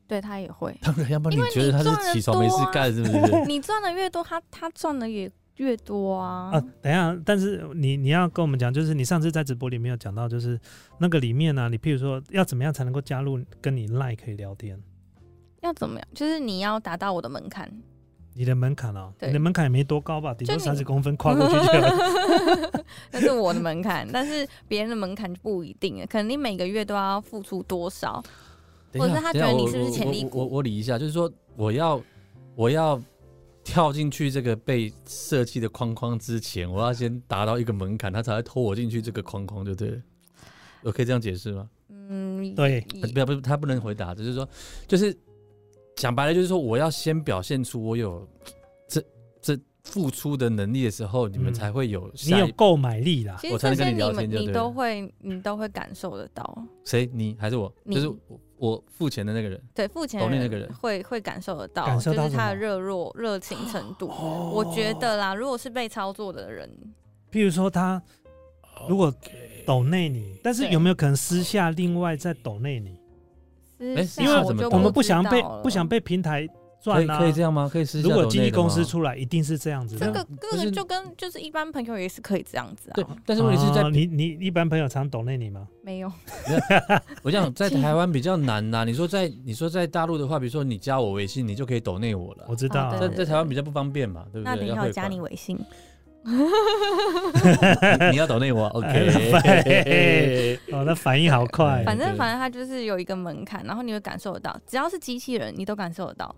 Speaker 3: 对他也会
Speaker 2: 当然，要不然
Speaker 3: 因
Speaker 2: 你
Speaker 3: 为
Speaker 2: 觉得
Speaker 3: 你
Speaker 2: 他
Speaker 3: 赚
Speaker 2: 是
Speaker 3: 得
Speaker 2: 起床没事
Speaker 3: 多啊
Speaker 2: 干，是不 (laughs) 是？
Speaker 3: 你赚的越多，他他赚的也越多啊。
Speaker 2: 哦
Speaker 1: 啊，等一下，但是你你要跟我们讲，就是你上次在直播里面有讲到，啊就是那个里面呢、你譬如说要怎么样才能够加入跟你赖可以聊天，
Speaker 3: 要怎么样？就是你要达到我的门槛，
Speaker 1: 你的门槛哦，
Speaker 3: 对
Speaker 1: 你的门槛也没多高吧，顶多
Speaker 3: 就你
Speaker 1: 三十公分跨过去
Speaker 3: (laughs)
Speaker 1: 就有
Speaker 3: 那是我的门槛，但是别人的门槛就不一定了，可能你每个月都要付出多少？
Speaker 2: 等一
Speaker 3: 或者
Speaker 2: 下，
Speaker 3: 是他
Speaker 2: 等一下
Speaker 3: 觉得
Speaker 2: 我
Speaker 3: 你是不是潜力股
Speaker 2: 我我我我理一下，就是说我要我要跳进去这个被设计的框框之前，我要先达到一个门槛，他才会拖我进去这个框框，对不对了？我可以这样解释吗？
Speaker 3: 嗯，
Speaker 1: 对
Speaker 3: 也，
Speaker 2: 不要不，他不能回答，就是说，就是讲白了，就是说，我要先表现出我有这这付出的能力的时候，你们
Speaker 1: 嗯
Speaker 2: 才会有
Speaker 1: 你
Speaker 2: 下一。
Speaker 1: 有购买力啦。
Speaker 3: 其实
Speaker 2: 我才能
Speaker 3: 这
Speaker 2: 跟
Speaker 3: 些
Speaker 2: 你聊
Speaker 3: 们
Speaker 2: 天就
Speaker 3: 你
Speaker 2: 对
Speaker 3: 都
Speaker 2: 了
Speaker 3: 会你都会感受得到，
Speaker 2: 谁？你还是我？
Speaker 3: 你
Speaker 2: 就是我我付钱的那个人。
Speaker 3: 对，付钱
Speaker 2: 懂
Speaker 3: 的
Speaker 2: 那个人
Speaker 3: 会会感受得到，
Speaker 1: 感受到
Speaker 3: 就是他的
Speaker 1: 什么哦
Speaker 3: 热络热情程度。我觉得啦，如果是被操作的人，
Speaker 1: 譬如说他如果抖内你，但是
Speaker 3: 对
Speaker 1: 有没有可能私下另外再抖内你？
Speaker 2: 哎
Speaker 3: 私下
Speaker 2: 因为
Speaker 3: 我就
Speaker 1: 我们不
Speaker 3: 知道
Speaker 1: 想被
Speaker 3: 了
Speaker 1: 不想被平台
Speaker 2: 可
Speaker 1: 赚
Speaker 2: 以
Speaker 1: 啊。
Speaker 2: 可以这样吗？可以私下
Speaker 1: 如果
Speaker 2: 抖
Speaker 1: 经纪
Speaker 2: 内的
Speaker 1: 公司
Speaker 2: 吗
Speaker 1: 出来，一定是这样子
Speaker 3: 这
Speaker 1: 的。
Speaker 3: 个
Speaker 2: 不
Speaker 3: 这
Speaker 2: 是
Speaker 3: 个就跟就是一般朋友也是可以这样子啊，
Speaker 2: 对，但是问题是在
Speaker 1: 哦你你一般朋友常抖内你吗？
Speaker 3: 没有，
Speaker 2: 我想在台湾比较难呐、你说在你说在大陆的话，比如说你加我微信，你就可以抖内我了
Speaker 1: 我。知道啊，
Speaker 3: 哦
Speaker 2: 在
Speaker 3: 对
Speaker 2: 在台湾比较不方便嘛，对不
Speaker 3: 那
Speaker 2: 对？
Speaker 3: 等一
Speaker 2: 要
Speaker 3: 下
Speaker 2: 汇
Speaker 3: 我加
Speaker 2: 款
Speaker 3: 你，微信，
Speaker 2: 你你要抖内我
Speaker 1: 哎
Speaker 2: ，OK。
Speaker 1: (laughs) 哦，那反应好快
Speaker 2: 对。
Speaker 3: (laughs) 反正
Speaker 2: 对
Speaker 3: 反正它就是有一个门槛，然后你会感受得到，只要是机器人，你都感受得到，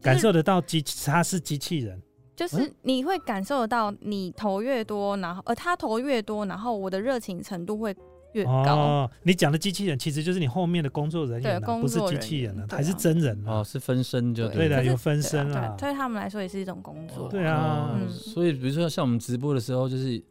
Speaker 1: 感受得嗯到机，他是机器人，
Speaker 3: 就是你会感受得到，你投越多，然后呃他投越多，然后我的热情程度会越高，
Speaker 1: 哦，你讲的机器人其实就是你后面的工作人员、
Speaker 3: 对
Speaker 1: 啊，
Speaker 3: 工
Speaker 1: 不是
Speaker 3: 作
Speaker 1: 机
Speaker 3: 人
Speaker 1: 器人啊，
Speaker 3: 员对
Speaker 1: 还是
Speaker 3: 啊
Speaker 1: 真人啊
Speaker 2: 哦，。是分身就
Speaker 1: 对的，
Speaker 2: 了
Speaker 3: 可是
Speaker 1: 有分
Speaker 3: 对
Speaker 1: 身
Speaker 3: 啊
Speaker 1: 啊，
Speaker 3: 对，对他们来说也是一种工作，
Speaker 1: 对啊
Speaker 2: 哦
Speaker 3: 嗯
Speaker 2: 所以比如说像我们直播的时候，就是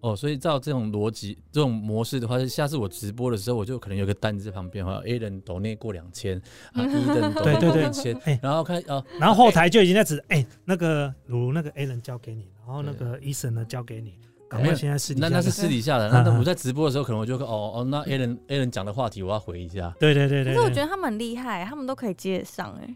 Speaker 2: 哦，所以照这种逻辑、这种模式的话，下次我直播的时候，我就可能有个单子在旁边哈，A 人抖内过两千，啊，E 人抖内
Speaker 1: 对对
Speaker 2: 过
Speaker 1: 对
Speaker 2: 一千
Speaker 1: 哎，
Speaker 2: 然后看哦，
Speaker 1: 然后后台就已经在指，哎、那个鲁那个 A 人交给你，然后那
Speaker 2: 对
Speaker 1: 个医生呢交给你，赶
Speaker 2: 没
Speaker 1: 快
Speaker 2: 有
Speaker 1: 现在私底
Speaker 2: 那
Speaker 1: 下
Speaker 2: 哎那
Speaker 1: 的
Speaker 2: 是
Speaker 1: 事。
Speaker 2: 私底下的，那那我在直播的时候，可能我就会哦哦，那 A 人 A 人讲的话题我要回一下。
Speaker 1: 对对对
Speaker 3: 可
Speaker 1: 对
Speaker 3: 是我觉
Speaker 1: 对，
Speaker 3: 得他们很厉害，他们都可以接得上哎、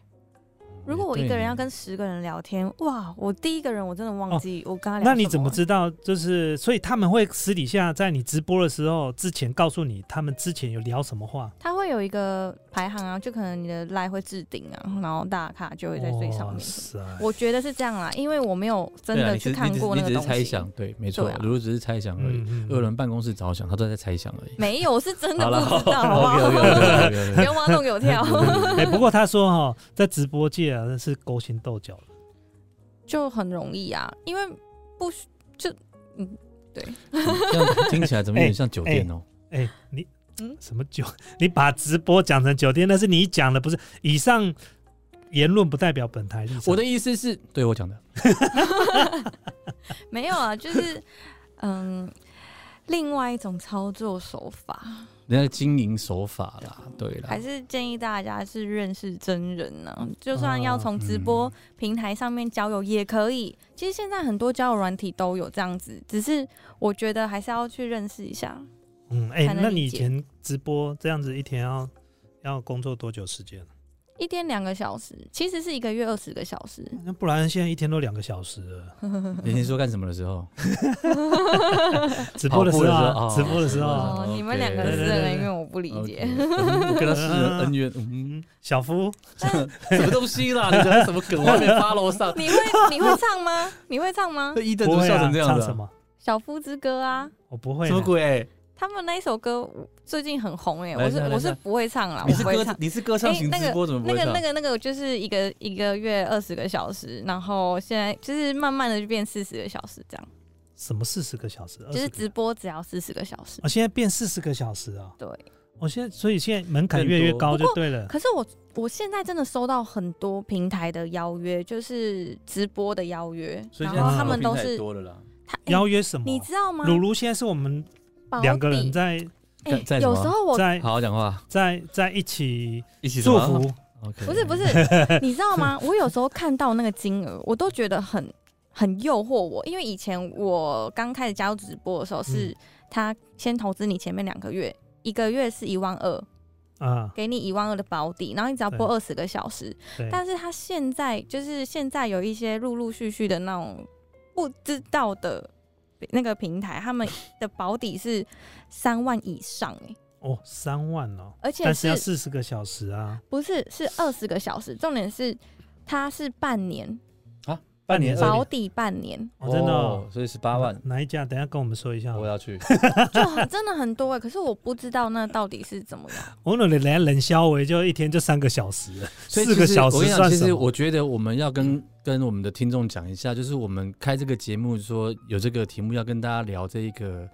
Speaker 3: 如果我一个人要跟十个人聊天，哇，我第一个人我真的忘记我跟他聊什
Speaker 1: 哦那你怎么
Speaker 3: 了
Speaker 1: 知道？就是所以他们会私底下在你直播的时候之前告诉你他们之前有聊什么话，
Speaker 3: 它会有一个排行啊，就可能你的 line 会置顶啊，然后大咖就会在最上
Speaker 1: 哇
Speaker 3: 面。
Speaker 1: 塞，
Speaker 3: 我觉得是这样啦，因为我没有真
Speaker 2: 对啊
Speaker 3: 的
Speaker 2: 你只
Speaker 3: 去看过
Speaker 2: 你
Speaker 3: 那
Speaker 2: 只你只
Speaker 3: 个东
Speaker 2: 是
Speaker 3: 西。
Speaker 2: 猜想，对，没错
Speaker 3: 对啊，
Speaker 2: 如果只是猜想而已。
Speaker 1: 嗯
Speaker 2: 二轮办公室着想，他都在猜想而已。
Speaker 3: 没有，我是真的
Speaker 2: 好了
Speaker 3: 不知道，好不好？
Speaker 2: OK OK
Speaker 3: 不
Speaker 2: OK
Speaker 3: 要挖洞给我跳，
Speaker 1: 哎、不过他说哈、在直播界啊那是勾心斗角，
Speaker 3: (laughs) 就很容易啊，因为不需 (laughs) 就嗯，
Speaker 2: 这样听起来怎么有点像酒店哦？
Speaker 1: 哎、你
Speaker 3: 嗯
Speaker 1: 什么酒？ (laughs) 你把直播讲成酒店，那是你讲的，不是？以上言论不代表本台立场。
Speaker 2: 我的意思是，对我讲的，
Speaker 3: 没有啊，就是嗯，另外一种操作手法，
Speaker 2: 人家经营手法啦，对啦，
Speaker 3: 还是建议大家是认识真人呢、就算要
Speaker 1: 啊
Speaker 3: 从直
Speaker 2: 嗯
Speaker 3: 播平台上面交友也可以。其实现在很多交友软体都有这样子，只是我觉得还是要去认识一下。
Speaker 1: 嗯，哎、
Speaker 3: 才能
Speaker 1: 那
Speaker 3: 理
Speaker 1: 你以
Speaker 3: 解
Speaker 1: 前直播这样子一天要要工作多久时间？
Speaker 3: 一天两个小时，其实是一个月二十个小时。
Speaker 1: 那不然现在一天都两个小时了，
Speaker 2: 你先说干什么的时候，
Speaker 1: 直播的时候啊，
Speaker 2: 跑
Speaker 1: 直
Speaker 2: 步的时
Speaker 1: 播的时
Speaker 2: 候哦
Speaker 1: 候啊，
Speaker 2: 哦
Speaker 3: 哦，你们两个
Speaker 2: OK
Speaker 3: 私
Speaker 1: 对对
Speaker 3: 人
Speaker 1: 对
Speaker 3: 恩怨我不理
Speaker 2: OK，
Speaker 3: 解。
Speaker 2: 嗯我跟他私人恩怨，嗯，
Speaker 1: 小夫
Speaker 2: 什么东西啦？你讲什么梗？我还没发楼上，
Speaker 3: 你会你会唱吗？你会唱吗
Speaker 2: 那？伊登
Speaker 1: 不
Speaker 2: 都
Speaker 1: 会
Speaker 2: 笑
Speaker 1: 啊，
Speaker 2: 成这样
Speaker 1: 唱
Speaker 2: 子
Speaker 1: 什
Speaker 2: 啊，
Speaker 1: 么？
Speaker 3: 小夫之歌啊，
Speaker 1: 我不会
Speaker 2: 什
Speaker 1: 呢，
Speaker 2: 么鬼？
Speaker 3: 他们那一首歌最近很红哎、
Speaker 2: 来
Speaker 3: 我
Speaker 2: 一
Speaker 3: 是
Speaker 2: 下来
Speaker 3: 我
Speaker 2: 一
Speaker 3: 是
Speaker 2: 下
Speaker 3: 不会唱啦，
Speaker 2: 你
Speaker 3: 我
Speaker 2: 是
Speaker 3: 不会
Speaker 2: 歌
Speaker 3: 唱。
Speaker 2: 你是歌唱型
Speaker 3: 哎那个
Speaker 2: 直播，怎么不
Speaker 3: 那
Speaker 2: 会
Speaker 3: 个、
Speaker 2: 唱
Speaker 3: 那？个、那个，就是一个一个月二十个小时，然后现在就是慢慢的就变四十个小时这样，
Speaker 1: 什么四十个小时？
Speaker 3: 就是
Speaker 1: 20个
Speaker 3: 直播只要四十个小时。
Speaker 1: 哦，现在变四十个小时啊。
Speaker 3: 对，
Speaker 1: 我、现在所以现在门槛越来越高就对了。
Speaker 3: 可是我我现在真的收到很多平台的邀约，就是直播的邀约，
Speaker 2: 所以
Speaker 3: 然
Speaker 2: 现在
Speaker 3: 后
Speaker 1: 直
Speaker 3: 他
Speaker 1: 播
Speaker 3: 们
Speaker 2: 平
Speaker 3: 都
Speaker 2: 台
Speaker 3: 是
Speaker 2: 多了啦，
Speaker 3: 他哎
Speaker 1: 邀约什么？
Speaker 3: 你知道吗？
Speaker 1: 鲁鲁现在是我们
Speaker 3: 保
Speaker 1: 两个人
Speaker 3: 底
Speaker 1: 在
Speaker 3: 哎
Speaker 2: 在在什
Speaker 3: 有
Speaker 2: 么
Speaker 3: 时候我
Speaker 1: 在
Speaker 2: 好好讲话，
Speaker 1: 在在一起
Speaker 2: 一起什
Speaker 1: 祝
Speaker 2: 么
Speaker 1: 福，
Speaker 2: OK，
Speaker 3: 不是不是，
Speaker 1: (laughs)
Speaker 3: 你知道吗？我有时候看到那个金额，我都觉得很很诱惑我，因为以前我刚开始加入直播的时候，
Speaker 1: 嗯
Speaker 3: 是他先投资你前面两个月，一个月是一万二，
Speaker 1: 啊，
Speaker 3: 给你一万二的保底，然后你只要播
Speaker 1: 对
Speaker 3: 二十个小时。
Speaker 1: 对，
Speaker 3: 但是他现在就是现在有一些陆陆续续的那种不知道
Speaker 1: (laughs)
Speaker 3: 的那个平台，他们的保底是三万以上哎、
Speaker 1: 哦，三万哦，
Speaker 3: 而且
Speaker 1: 但是要四十个小时啊，
Speaker 3: 不是是二十个小时？重点是它是半年
Speaker 2: 半年
Speaker 1: 包
Speaker 2: 二
Speaker 3: 保底半
Speaker 2: (laughs)
Speaker 3: 年，
Speaker 1: 哦，真的哦，
Speaker 2: 所以十八万，
Speaker 1: 哪一家？等一下跟我们说一下哦。
Speaker 2: 我要去。
Speaker 3: 就很真的很多哎、可是我不知道那到底是怎么样。
Speaker 1: 我哦那人家冷消维就一天就三个小时了，
Speaker 2: 所
Speaker 1: (laughs)
Speaker 2: 以
Speaker 1: 四个
Speaker 2: 其实
Speaker 1: 小
Speaker 2: 我
Speaker 1: 时
Speaker 2: 跟你讲，
Speaker 1: 算
Speaker 2: 其
Speaker 1: 什
Speaker 2: 实
Speaker 1: 么？
Speaker 2: 我觉得我们要跟跟我们的听众讲一下，就是我们开这个节目说有这个题目要跟大家聊这一个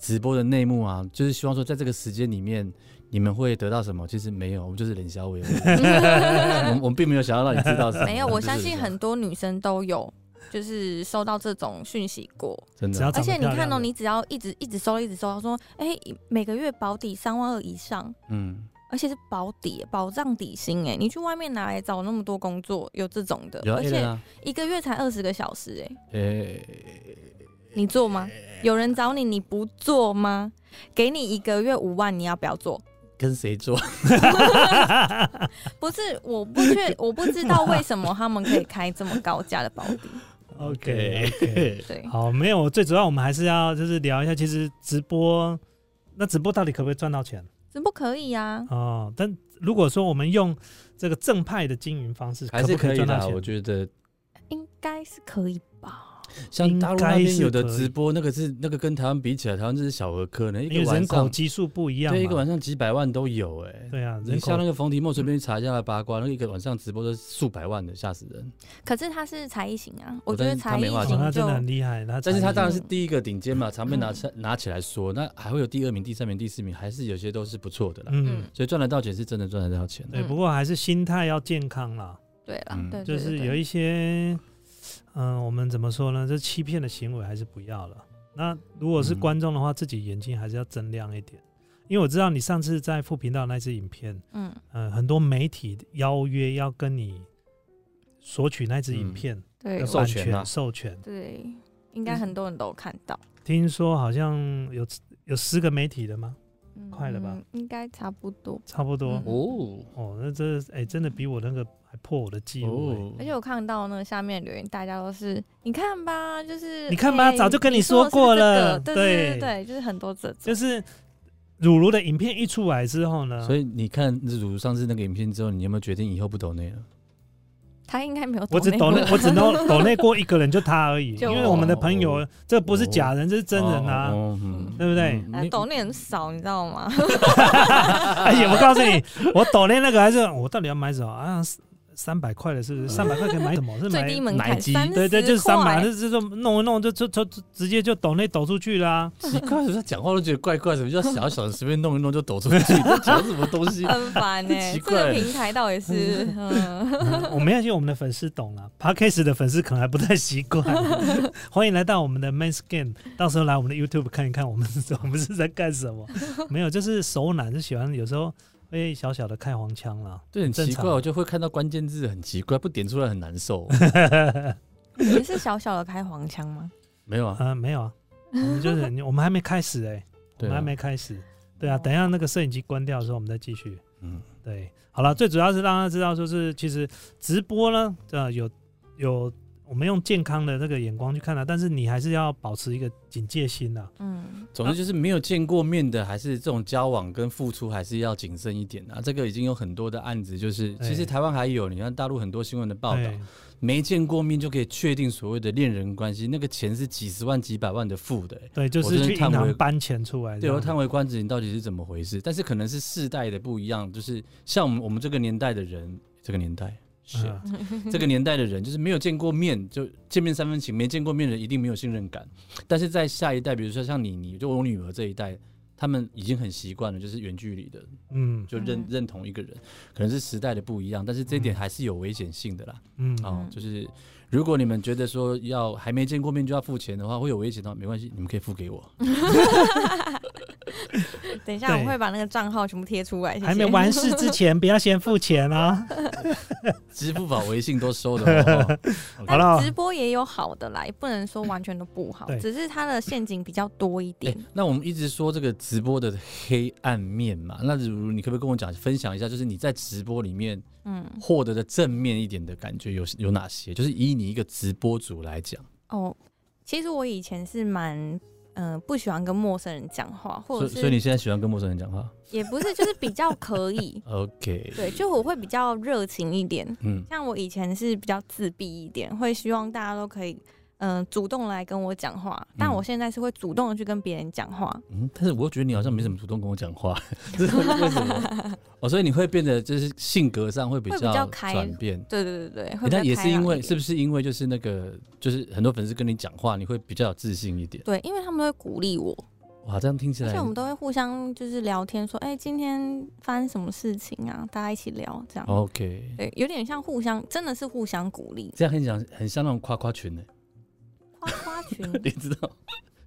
Speaker 2: 直播的内幕啊，就是希望说在这个时间里面你们会得到什么？其实没有，我们就是冷笑话，我 (laughs) 们我们并没有想要让你知道什么。(laughs)
Speaker 3: (laughs) 没有，我相
Speaker 2: 就是
Speaker 3: 信
Speaker 2: 这样
Speaker 3: 很多女生都有。就是收到这种讯息过，
Speaker 2: 真的
Speaker 1: 只要
Speaker 3: 而
Speaker 1: 长得
Speaker 3: 且你
Speaker 1: 漂
Speaker 3: 看
Speaker 1: 亮
Speaker 3: 哦、
Speaker 1: 的
Speaker 3: 你只要一直一直收，一直收，他说，哎、每个月保底三万二以上，
Speaker 2: 嗯，
Speaker 3: 而且是保底保障底薪哎，你去外面哪来找那么多工作？有这种的，
Speaker 2: 有啊
Speaker 3: 而
Speaker 2: A
Speaker 3: 且
Speaker 2: 啊，
Speaker 3: 一个月才二十个小时哎，
Speaker 2: 诶，
Speaker 3: 你做吗？有人找你，你不做吗？给你一个月五万，你要不要做？
Speaker 2: 跟谁做？
Speaker 3: 不是，我不确，我不知道为什么他们可以开这么高价的保底。
Speaker 1: OK OK，
Speaker 2: (laughs)
Speaker 3: 对，
Speaker 1: 好，没有，最主要我们还是要就是聊一下，其实直播，那直播到底可不可以赚到钱
Speaker 3: 怎么可以啊？
Speaker 1: 哦？但如果说我们用这个正派的经营方式，
Speaker 2: (laughs) 还是
Speaker 1: 不可
Speaker 2: 可以
Speaker 1: 赚到
Speaker 2: 的，我
Speaker 1: 钱？
Speaker 2: 觉得
Speaker 3: 应该是可以吧？
Speaker 2: 像大陆那
Speaker 1: 应该
Speaker 2: 边
Speaker 1: 是
Speaker 2: 有的
Speaker 1: 可以
Speaker 2: 直播，那个是那个跟台湾比起来，台湾就是小儿科呢，一
Speaker 1: 因为
Speaker 2: 个晚
Speaker 1: 人口
Speaker 2: 上
Speaker 1: 基数不一样
Speaker 2: 对一个
Speaker 1: 嘛，
Speaker 2: 晚上几百万都有哎、
Speaker 1: 对啊，
Speaker 2: 你
Speaker 1: 人
Speaker 2: 像
Speaker 1: 口
Speaker 2: 那个冯提莫，随便查一下来八卦，那一个晚上直播都是数百万的，吓死人。
Speaker 3: 可是他是才艺型啊，我
Speaker 2: 哦
Speaker 3: 觉
Speaker 2: 但
Speaker 3: 得
Speaker 2: 是他
Speaker 3: 才艺
Speaker 2: 没办法
Speaker 1: 哦
Speaker 3: 型
Speaker 1: 他真
Speaker 3: 就
Speaker 1: 的很厉害，他
Speaker 2: 但是他
Speaker 1: 才
Speaker 2: 当然是第一个顶
Speaker 1: 哎
Speaker 2: 尖嘛，常被拿起拿起来说，那还会有第二名、第三名、第四名，还是有些都是不错的啦。
Speaker 1: 嗯
Speaker 3: 嗯，，
Speaker 2: 所以赚得到钱是真的赚得到钱的。
Speaker 1: 对，不过还是心态要健康啦，
Speaker 3: 对了
Speaker 2: 嗯，
Speaker 3: 嗯对，对
Speaker 1: 就是
Speaker 3: 对
Speaker 1: 有一些，嗯、我们怎么说呢？这欺骗的行为还是不要了。那如果是
Speaker 2: 嗯
Speaker 1: 观众的话，自己眼睛还是要睁亮一点，因为我知道你上次在副频道那支影片，
Speaker 3: 嗯，
Speaker 1: 嗯、很多媒体邀约要跟你索取那支影片
Speaker 3: 对
Speaker 1: 的
Speaker 2: 要嗯授
Speaker 1: 版
Speaker 2: 权啊
Speaker 1: 授权。
Speaker 3: 对，应该很多人都有看到。
Speaker 1: 听说好像有有十个媒体的吗？
Speaker 3: 嗯
Speaker 1: 快了吧？
Speaker 3: 应该差不多。
Speaker 1: 差不多、
Speaker 3: 嗯
Speaker 2: 哦
Speaker 1: 哦，那这哎、真的比我那个还破我的记录、哎
Speaker 2: 哦
Speaker 3: 而且我看到那个下面留言，大家都是你看吧，就是
Speaker 1: 你看吧
Speaker 3: 哎
Speaker 1: 早就跟你
Speaker 3: 你
Speaker 1: 说过了
Speaker 3: 做的是这个对
Speaker 1: 对
Speaker 3: 对对对，就是很多这种，
Speaker 1: 就是乳乳的影片一出来之后呢，
Speaker 2: 所以你看日主上次那个影片之后，你有没有决定以后不抖内了？
Speaker 3: 他应该没有
Speaker 1: 我只抖
Speaker 3: 过
Speaker 1: 内，我只抖抖内过一个人，就他而
Speaker 3: (laughs)
Speaker 1: 已。
Speaker 3: 就
Speaker 1: 因
Speaker 3: 我哦
Speaker 1: 为我们的朋友，这不是假人，这是真人啊。
Speaker 2: 哦，哦嗯
Speaker 1: 对不对
Speaker 2: 嗯
Speaker 3: 哎
Speaker 2: 你
Speaker 3: 抖内很少，你知道吗？哦
Speaker 1: 而且哎我告诉你， (laughs) 我抖内那个还是我到底要买什么啊？三百块的，是不是？三百块可以买什么？是
Speaker 3: 嗯最
Speaker 1: 买
Speaker 3: 低门
Speaker 2: 奶
Speaker 3: 槛
Speaker 2: 鸡
Speaker 3: 三十，
Speaker 1: 对对，就是三百，就就就弄一弄，就就就直接就抖内抖出去啦。
Speaker 2: 奇怪，他讲话都觉得怪怪，什么叫小小的随便弄一弄就抖出去？这讲什么东西？
Speaker 3: 很烦哎、
Speaker 2: 奇
Speaker 3: 这
Speaker 2: 怪
Speaker 3: 个平台到底是嗯，
Speaker 1: (laughs) 嗯我没相信我们的粉丝懂了 p a d k a s 的粉丝可能还不太习惯。欢迎来到我们的 Men's Game，到时候来我们的 YouTube 看一看我们 (laughs) 我们是在干什么。没有，就是熟男就喜欢有时候会小小的开黄腔啦。
Speaker 2: (laughs) 对，很
Speaker 1: 正
Speaker 2: 奇
Speaker 1: 常
Speaker 2: 怪，我就会看到关键字很奇怪，不点出来很难 (laughs) 受。
Speaker 3: 也是小小的开黄腔吗？
Speaker 2: 没有啊，
Speaker 1: 嗯、没有啊，我们就是很我们还没开始哎、我
Speaker 2: 对
Speaker 1: 们
Speaker 2: 啊
Speaker 1: 还没开始。对啊，等一下那个摄影机关掉的时候，我们再继续。
Speaker 2: 嗯，
Speaker 1: 对，好了，最主要是让他知道，就是其实直播呢，呃，有有我们用健康的这个眼光去看它，但是你还是要保持一个警戒心啊。
Speaker 3: 嗯， (laughs)
Speaker 2: 总之就是没有见过面的，还是这种交往跟付出还是要谨慎一点啊。这个已经有很多的案子，就是
Speaker 1: 哎
Speaker 2: 其实台湾还有，你看大陆很多新闻的报道
Speaker 1: 对，
Speaker 2: 没见过面就可以确定所谓的恋人关系，那个钱是几十万、几百万的付的、欸。
Speaker 1: 对，就
Speaker 2: 我
Speaker 1: 是
Speaker 2: 真的
Speaker 1: 去银
Speaker 2: 叹为
Speaker 1: 行搬钱出来这
Speaker 2: 对，
Speaker 1: 样。
Speaker 2: 我叹为观止，你到底是怎么回事？但是可能是世代的不一样，就是像我们我们这个年代的人，这个年代是、
Speaker 1: 嗯
Speaker 2: 这个年代的人，就是没有见过面，就见面三分情，没见过面的人一定没有信任感。但是在下一代，比如说像你，你就我女儿这一代，他们已经很习惯了，就是远距离的，
Speaker 1: 嗯
Speaker 2: 就认、
Speaker 3: 嗯
Speaker 2: 认同一个人，可能是时代的不一样，但是这一点还是有危险性的啦。
Speaker 1: 嗯，
Speaker 2: 哦
Speaker 3: 嗯，
Speaker 2: 就是如果你们觉得说要还没见过面就要付钱的话，会有危险的话，没关系，你们可以付给我。
Speaker 3: 等一下
Speaker 1: 对
Speaker 3: 我会把那个账号全部贴出来，谢谢
Speaker 1: 还没
Speaker 3: (laughs)
Speaker 1: 完事之前，不要先付钱啊。
Speaker 2: 支付宝、微信都收的哦。
Speaker 1: 好了
Speaker 3: 但直播也有好的啦，也不能说完全都不好
Speaker 1: 对，
Speaker 3: 只是它的陷阱比较多一点
Speaker 2: 诶。哎那我们一直说这个直播的黑暗面嘛，那如你可不可以跟我讲分享一下，就是你在直播里面
Speaker 3: 嗯，
Speaker 2: 获得的正面一点的感觉有有哪些？就是以你一个直播主来讲，
Speaker 3: 哦，其实我以前是蛮嗯、不喜欢跟陌生人讲话，或
Speaker 2: 所
Speaker 3: 者
Speaker 2: 以所以
Speaker 3: 是
Speaker 2: 你现在喜欢跟陌生人讲话，
Speaker 3: 也不是，就是比较可以
Speaker 2: ？OK，
Speaker 3: (laughs) 对，就我会比较热情一点。
Speaker 2: 嗯，
Speaker 3: 像我以前是比较自闭一点，会希望大家都可以嗯、呃主动来跟我讲话，但
Speaker 2: 嗯
Speaker 3: 我现在是会主动的去跟别人讲话。
Speaker 2: 嗯，但是我又觉得你好像没怎么主动跟我讲话， (laughs) 这是为什
Speaker 3: (laughs)
Speaker 2: 么？哦，所以你会变得就是性格上会比
Speaker 3: 会比较开
Speaker 2: 转变。
Speaker 3: 对对对对，会
Speaker 2: 欸
Speaker 3: 比较
Speaker 2: 但也
Speaker 3: 开
Speaker 2: 是因
Speaker 3: 朗
Speaker 2: 为
Speaker 3: 一
Speaker 2: 是
Speaker 3: 点
Speaker 2: 不是因为就是那个就是很多粉丝跟你讲话，你会比较有自信一点。
Speaker 3: 对，因为他们会鼓励我，
Speaker 2: 哇，这样听起
Speaker 3: 而
Speaker 2: 来
Speaker 3: 且我们都会互相就是聊天说，哎、今天发生什么事情啊？大家一起聊这样。
Speaker 2: 哦 OK，
Speaker 3: 对，有点像互相，真的是互相鼓励。
Speaker 2: 这样很像很像那种夸夸群呢、 (laughs)
Speaker 3: 花花群
Speaker 2: 你知道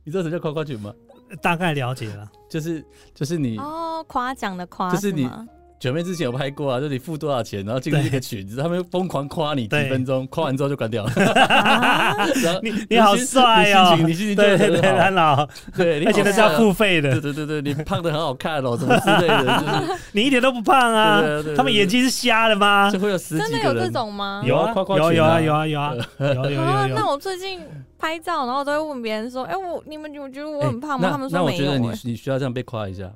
Speaker 2: 你知道什么叫夸夸群吗？
Speaker 1: 大概了解了。
Speaker 2: 就是就是你
Speaker 3: 哦，夸奖的夸
Speaker 2: 就是你
Speaker 3: 吗？
Speaker 2: 九妹之前有拍过啊，就你付多少钱，然后进入一个群，他们疯狂夸你几
Speaker 1: 对
Speaker 2: 分钟，夸完之后就关
Speaker 3: (laughs)
Speaker 2: 掉了。
Speaker 3: 啊
Speaker 2: 然后
Speaker 1: 你你好帅哦
Speaker 2: 你心情你心情就
Speaker 1: 对对对，
Speaker 2: 很好
Speaker 1: 很老，
Speaker 2: 对，你
Speaker 1: 而且
Speaker 2: 好
Speaker 1: 那是
Speaker 2: 帅
Speaker 1: 要
Speaker 2: 哦
Speaker 1: 付费
Speaker 2: 对
Speaker 1: 的，
Speaker 2: 对对对，你胖的很好看哦，什么之类的，
Speaker 1: 你一点都不胖啊
Speaker 2: 对对对对对。
Speaker 1: 他们眼睛是瞎的吗
Speaker 2: 就是就？会有十
Speaker 3: 啊真
Speaker 2: 几
Speaker 3: 的
Speaker 2: 个
Speaker 3: 有这
Speaker 2: 人。
Speaker 3: 种吗？
Speaker 2: 有啊
Speaker 1: 啊
Speaker 2: 夸夸
Speaker 1: 有
Speaker 2: 群
Speaker 1: 有
Speaker 2: 啊
Speaker 1: 啊有啊有啊有有有
Speaker 3: 啊，
Speaker 1: 有
Speaker 3: 那
Speaker 1: 有。
Speaker 3: 我最近拍照，然后都会问别人说，哎、我你们你们觉得我很胖吗？
Speaker 2: 那
Speaker 3: 他们
Speaker 2: 那
Speaker 3: 说
Speaker 2: 我
Speaker 3: 没
Speaker 2: 觉
Speaker 3: 有、
Speaker 2: 得你
Speaker 3: 哎
Speaker 2: 你需要这样被夸一下，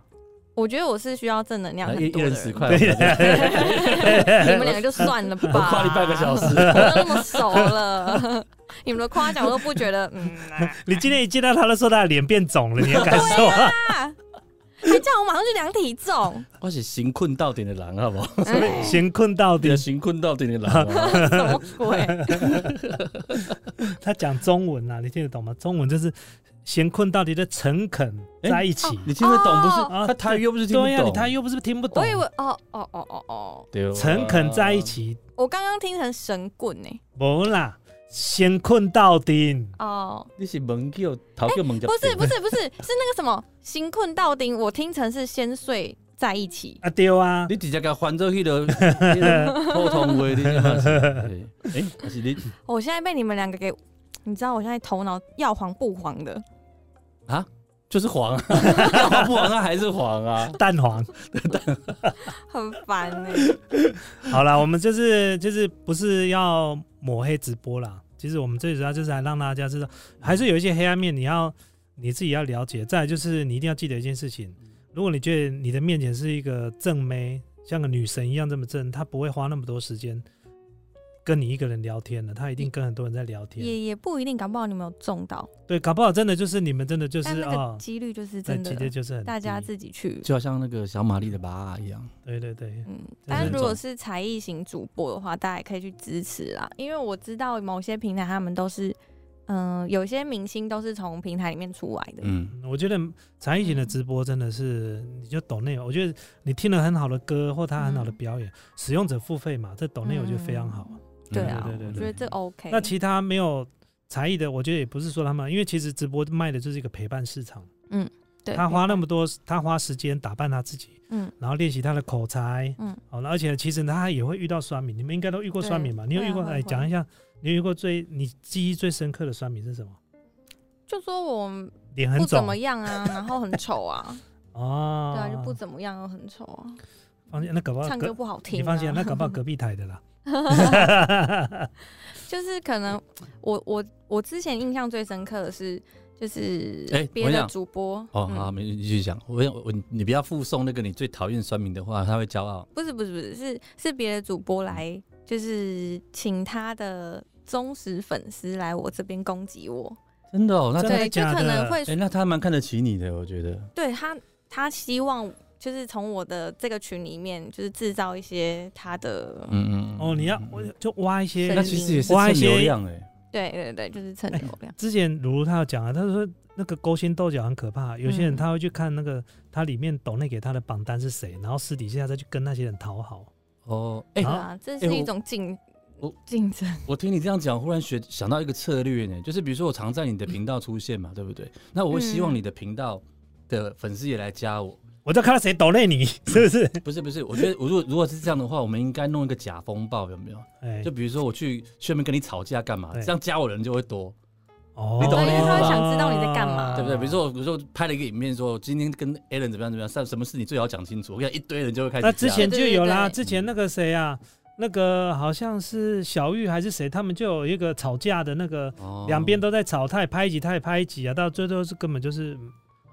Speaker 3: 我觉得我是需要正能量
Speaker 2: 来
Speaker 3: 很
Speaker 2: 啊一一
Speaker 3: 多的
Speaker 2: 人十
Speaker 3: 人。
Speaker 2: 块，
Speaker 1: 对
Speaker 2: 我们
Speaker 3: (laughs) 你们两个就算了 (laughs) 吧，
Speaker 2: 夸你半个小时。
Speaker 3: 我都那么熟了， (laughs) 你们的夸奖我都不觉得，嗯啊，
Speaker 1: 你今天一见到他的时候，他的脸变肿了，你
Speaker 3: (laughs)
Speaker 1: 有感受啊？
Speaker 3: 还叫我马上去量
Speaker 2: (laughs)
Speaker 3: 体重，
Speaker 2: (laughs) 我是行困到顶的狼，好不好？
Speaker 3: 哎
Speaker 1: 闲困到
Speaker 2: 对
Speaker 1: 底
Speaker 2: 啊，，行困到顶的狼啊。
Speaker 3: 什么鬼？
Speaker 1: 他讲中文啊，你听得懂吗？中文就是闲困到底的诚恳在一起。
Speaker 2: (laughs) 你听得懂不是？
Speaker 1: 哦
Speaker 2: 他台语又不是啊听不
Speaker 1: 对呀，你
Speaker 2: 懂，
Speaker 1: 他又不是听不懂
Speaker 3: 我，以为哦哦哦哦哦，
Speaker 2: 对啊
Speaker 1: 诚恳在一。起，
Speaker 3: 我刚刚听成神棍欸呢，
Speaker 1: 不啦，闲困到底。
Speaker 3: 哦，
Speaker 2: 你是蒙叫头叫蒙叫，
Speaker 3: 不是不是不是，是那个什么行困到丁，我听成是先睡在一起。
Speaker 1: 啊丢啊！
Speaker 2: 你直接给他翻做迄个那个普通话，你这嘛是？哎，还是你
Speaker 3: 哦我现在被你们两个给，你知道我现在头脑要黄不黄的，
Speaker 2: 就是黄啊，要黄不黄他还是黄啊。
Speaker 1: 蛋黄，
Speaker 3: 很烦欸呢。
Speaker 1: (laughs) 好啦，我们就是就是不是要抹黑直播啦，其实我们最主要就是来让大家知道，还是有一些黑暗面，你要你自己要了解。再来就是你一定要记得一件事情，
Speaker 3: 嗯
Speaker 1: 如果你觉得你的面前是一个正妹，像个女神一样这么正，她不会花那么多时间跟你一个人聊天的，她一定跟很多人在聊天。
Speaker 3: 也也不一定，搞不好你们有中到，
Speaker 1: 对，搞不好真的就是你们真的就是
Speaker 3: 但那
Speaker 1: 啊
Speaker 3: 个，几率就是
Speaker 1: 那
Speaker 3: 真
Speaker 1: 级别
Speaker 3: 的，
Speaker 1: 就是很
Speaker 3: 大家
Speaker 1: 低
Speaker 3: 自己去。
Speaker 2: 就好像那个小玛丽的爸一样，
Speaker 1: 对对对，
Speaker 3: 嗯，
Speaker 1: 对
Speaker 3: 但
Speaker 1: 那
Speaker 3: 如果
Speaker 2: 种
Speaker 3: 是才艺型主播的话，大家也可以去支持啦，因为我知道某些平台他们都是，嗯、有些明星都是从平台里面出来的，
Speaker 2: 嗯，
Speaker 1: 嗯我觉得才艺型
Speaker 3: 嗯
Speaker 1: 的直播真的是，你就抖内，我觉得你听了很好的歌或他很
Speaker 3: 嗯
Speaker 1: 好的表演，使用者付费嘛，这抖内我觉得非常好。
Speaker 3: 对啊，
Speaker 1: 对对对
Speaker 2: 嗯
Speaker 3: 我觉得这
Speaker 2: 哦
Speaker 3: OK。
Speaker 1: 那其他没有才艺的，我觉得也不是说他们，因为其实直播卖的就是一个陪伴市场，
Speaker 3: 对
Speaker 1: 他花那
Speaker 3: 么
Speaker 1: 么多，他花时间打扮他自己，
Speaker 3: 嗯，
Speaker 1: 然后练习他的口才，
Speaker 3: 嗯
Speaker 1: 嗯，好，那而且其实他也会遇到酸民，你们应该都遇过酸民吧？
Speaker 3: 对
Speaker 1: 你有
Speaker 3: 会啊
Speaker 1: 遇过？
Speaker 3: 会
Speaker 1: 哎，
Speaker 3: 会
Speaker 1: 讲一下，你有遇过最你记忆最深刻的酸民是什么？
Speaker 3: 就说我
Speaker 1: 脸
Speaker 3: 不
Speaker 1: 很
Speaker 3: 怎
Speaker 1: 肿
Speaker 3: 么样啊，然后很丑
Speaker 1: (laughs)
Speaker 3: 啊，
Speaker 1: 哦，
Speaker 3: 对啊，就不怎么样又很丑啊，
Speaker 1: 放心，那搞不好
Speaker 3: 唱
Speaker 1: 隔
Speaker 3: 歌不好听、啊。
Speaker 1: 你放心，那搞不好隔壁台的啦。
Speaker 2: (laughs)
Speaker 3: 就是可能我我我之前印象最深刻的是，就是
Speaker 2: 哎
Speaker 3: 别
Speaker 2: 我
Speaker 3: 的
Speaker 2: 想
Speaker 3: 主播
Speaker 2: 哦，
Speaker 3: 嗯
Speaker 2: 好，没你继续讲。我我你不要附送那个你最讨厌酸民的话，他会骄傲。
Speaker 3: 不是不是不是，是是别的主播
Speaker 1: 嗯
Speaker 3: 来，就是请他的忠实粉丝来我这边攻击我，
Speaker 2: 真的哦，那
Speaker 1: 真
Speaker 2: 他
Speaker 1: 的
Speaker 3: 对，就
Speaker 1: 假
Speaker 3: 可能
Speaker 1: 的
Speaker 3: 会、
Speaker 2: 哎，那他蛮看得起你的，我觉得。
Speaker 3: 对他他希望就是从我的这个群里面，就是制造一些他的，
Speaker 2: 嗯嗯。
Speaker 1: 哦，你要我就挖一些
Speaker 2: 那
Speaker 3: 那。
Speaker 2: 其
Speaker 3: 其
Speaker 2: 实
Speaker 3: 实
Speaker 2: 也
Speaker 3: 也
Speaker 2: 是
Speaker 1: 是
Speaker 2: 蹭
Speaker 1: 蹭
Speaker 2: 流
Speaker 1: 流
Speaker 2: 量哎。
Speaker 3: 对对对，就是蹭流量，
Speaker 1: 之前如如他有讲啊，他说那个勾心斗角很可怕，有些人
Speaker 3: 嗯
Speaker 1: 他会去看那个他里面抖内给他的榜单是谁，然后私底下再去跟那些人讨好。
Speaker 2: 哦，哎
Speaker 3: 对
Speaker 1: (laughs) 好
Speaker 3: 啊，这是
Speaker 2: 哎
Speaker 3: 一
Speaker 2: 我
Speaker 3: 种竞
Speaker 2: 我
Speaker 3: 竞争，
Speaker 2: 我听你这样讲，忽然学想到一个策略呢，就是比如说我常在你的频道出现嘛，对不对？那我会希望你的频道的粉丝也来加我。
Speaker 1: 我就看到谁抖内
Speaker 2: (laughs)
Speaker 1: 你，是不是？
Speaker 2: 不是不是，我觉得我如果如果是这样的话，我们应该弄一个假风暴，有没有？
Speaker 1: 哎
Speaker 2: 就，比如说我去去那边跟你吵架干嘛？
Speaker 1: 对
Speaker 2: 这样加我的人就会多，
Speaker 1: 哦
Speaker 2: 你懂我的意思吧
Speaker 3: 因为他会想知道你在干嘛
Speaker 1: 啊
Speaker 2: 对不对？比如说我比如说拍了一个影片说，今天跟哎 a l a n 怎么样怎么样，上什么事你最好讲清楚。我跟你讲一堆人就会开始加。
Speaker 1: 那之前就有啦，
Speaker 3: 对对对对
Speaker 1: 之前那个谁啊，那个好像是小玉还是谁，他们就有一个吵架的那个，
Speaker 2: 哦
Speaker 1: 两边都在吵，他也拍一集，他也拍一集啊，到最后是根本就是嗯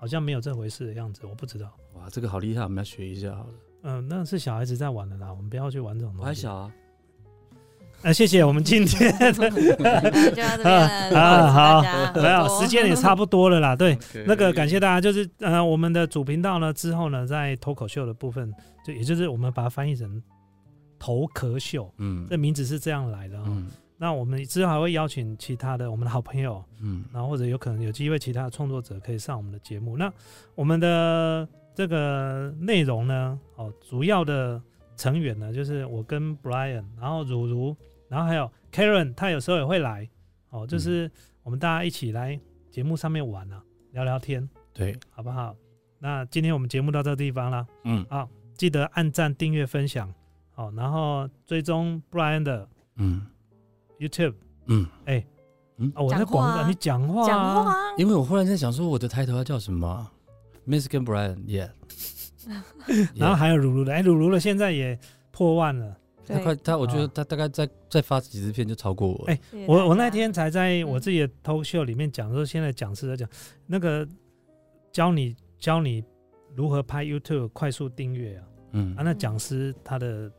Speaker 1: 好像没有这回事的样子，我不知道。
Speaker 2: 哦哇，这个好厉害，我们要学一下好了。
Speaker 1: 嗯、那是小孩子在玩的啦，我们不要去玩这种
Speaker 2: 我
Speaker 1: 东
Speaker 2: 还
Speaker 1: 西。
Speaker 2: 小啊，
Speaker 1: 呃，谢谢，我们今天 (laughs)
Speaker 3: 那就到这边了，
Speaker 1: 啊 (laughs) 好
Speaker 3: 不好意思大家
Speaker 1: 没有
Speaker 3: 多
Speaker 1: 时间
Speaker 3: (laughs)
Speaker 1: 也差不多了啦，对。那个感
Speaker 2: 谢
Speaker 1: 谢大家，就是呃，我们的主频道呢之后呢，在脱口秀的部分，就也就是我们把它翻译成头壳秀，
Speaker 2: 嗯
Speaker 1: 这名字是这样来的、哦。
Speaker 2: 嗯
Speaker 1: 那我们之后还会邀请其他的我们的好朋友，
Speaker 2: 嗯，
Speaker 1: 然后或者有可能有机会其他的创作者可以上我们的节目。那我们的这个内容呢，哦，主要的成员呢就是我跟 Brian，然后如如，然后还有 Karen，她有时候也会来，哦，
Speaker 3: 嗯
Speaker 1: 就是我们大家一起来节目上面玩啊，聊聊天。
Speaker 2: 对，
Speaker 1: 好不好？那今天我们节目到这个地方啦，
Speaker 2: 嗯
Speaker 1: 记得按赞、订阅、分享，好、然后追踪 Brian 的
Speaker 2: 嗯
Speaker 1: YouTube。
Speaker 2: 嗯，
Speaker 1: 哦，我在
Speaker 3: 讲话啊
Speaker 1: 广告，你讲话、啊，
Speaker 3: 讲话啊，
Speaker 2: 因为我忽然在想说我的抬头要叫什么，Miss 啊跟 Brian，Yeah，
Speaker 1: 然后还有鲁鲁的，哎，鲁鲁的现在也破万了。
Speaker 2: 他快
Speaker 3: 对，
Speaker 2: 他，我觉得
Speaker 1: 啊
Speaker 2: 他大概再再发几支片就超过我了。
Speaker 1: 哎
Speaker 3: 谢谢大家嗯
Speaker 1: 我我那天才在我自己的偷秀里面讲说，现在讲师在讲那个教你教你如何拍 YouTube 快速订阅啊，
Speaker 2: 嗯
Speaker 1: 啊，，那讲师他的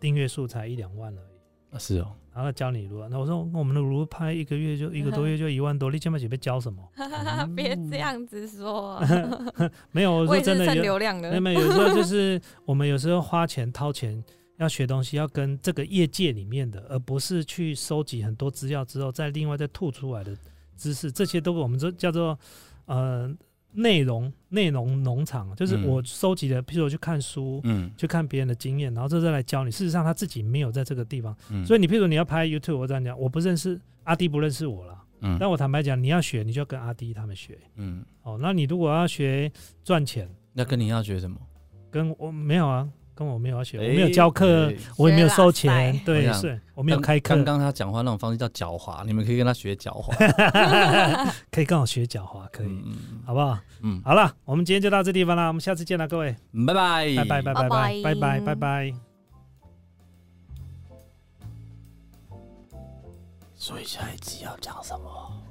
Speaker 1: 订阅数才一两万而已。
Speaker 2: 啊是哦，
Speaker 1: 然后他教你如何，那我说我们的如何拍一个月就
Speaker 3: 嗯
Speaker 1: 一个多月就一万多，你千万姐被教什么？
Speaker 3: (laughs) 别这样子
Speaker 1: (laughs)
Speaker 3: 说啊，
Speaker 1: 没有，我
Speaker 3: 我
Speaker 1: 说
Speaker 3: 也是
Speaker 1: 真的
Speaker 3: 蹭
Speaker 1: 有，
Speaker 3: 流量
Speaker 2: 呃
Speaker 3: 的
Speaker 1: 那，么有时候就是我们有时候花钱掏钱要学东西，要跟这个业界里面的，而不是去收集很多资料之后再另外再吐出来的知识，这些都我们这叫做呃内容 (laughs) 内容农场，就是
Speaker 2: 嗯
Speaker 1: 我收集的，譬如我去看书。
Speaker 2: 嗯
Speaker 1: 去看别人的经验，然后这再来教你。事实上，他自己没有在这个地方，
Speaker 2: 嗯，
Speaker 1: 所
Speaker 2: 以
Speaker 1: 以你譬如你要拍 YouTube，我这样讲，我不认识阿迪，不认识我啦。
Speaker 2: 嗯
Speaker 1: 但我坦白讲，你要学，你就要跟阿迪他们学。
Speaker 2: 嗯，
Speaker 1: 哦，那你如果要学赚钱，
Speaker 2: 那跟你要学什么？
Speaker 1: 跟我没有啊，跟我没有要学，我
Speaker 2: 哎
Speaker 1: 没有教课
Speaker 2: 哎，
Speaker 1: 我也没有收
Speaker 3: 学
Speaker 1: 钱
Speaker 3: 啦，
Speaker 2: 我
Speaker 1: 对，
Speaker 2: 想
Speaker 1: 是我没有开课
Speaker 2: 啊刚，刚他讲话那种方式叫狡猾，你们可以跟他学狡
Speaker 1: (laughs)
Speaker 2: 猾。
Speaker 1: 可以跟我学狡猾，可以，
Speaker 2: 嗯
Speaker 1: 好不好？
Speaker 2: 嗯，
Speaker 1: 好了，我们今天就到这地方啦，我们下次见啦，各位，
Speaker 2: 嗯拜拜，
Speaker 1: 拜拜拜拜拜拜
Speaker 3: 拜
Speaker 1: 拜拜拜。
Speaker 2: 所以下一集要讲什么？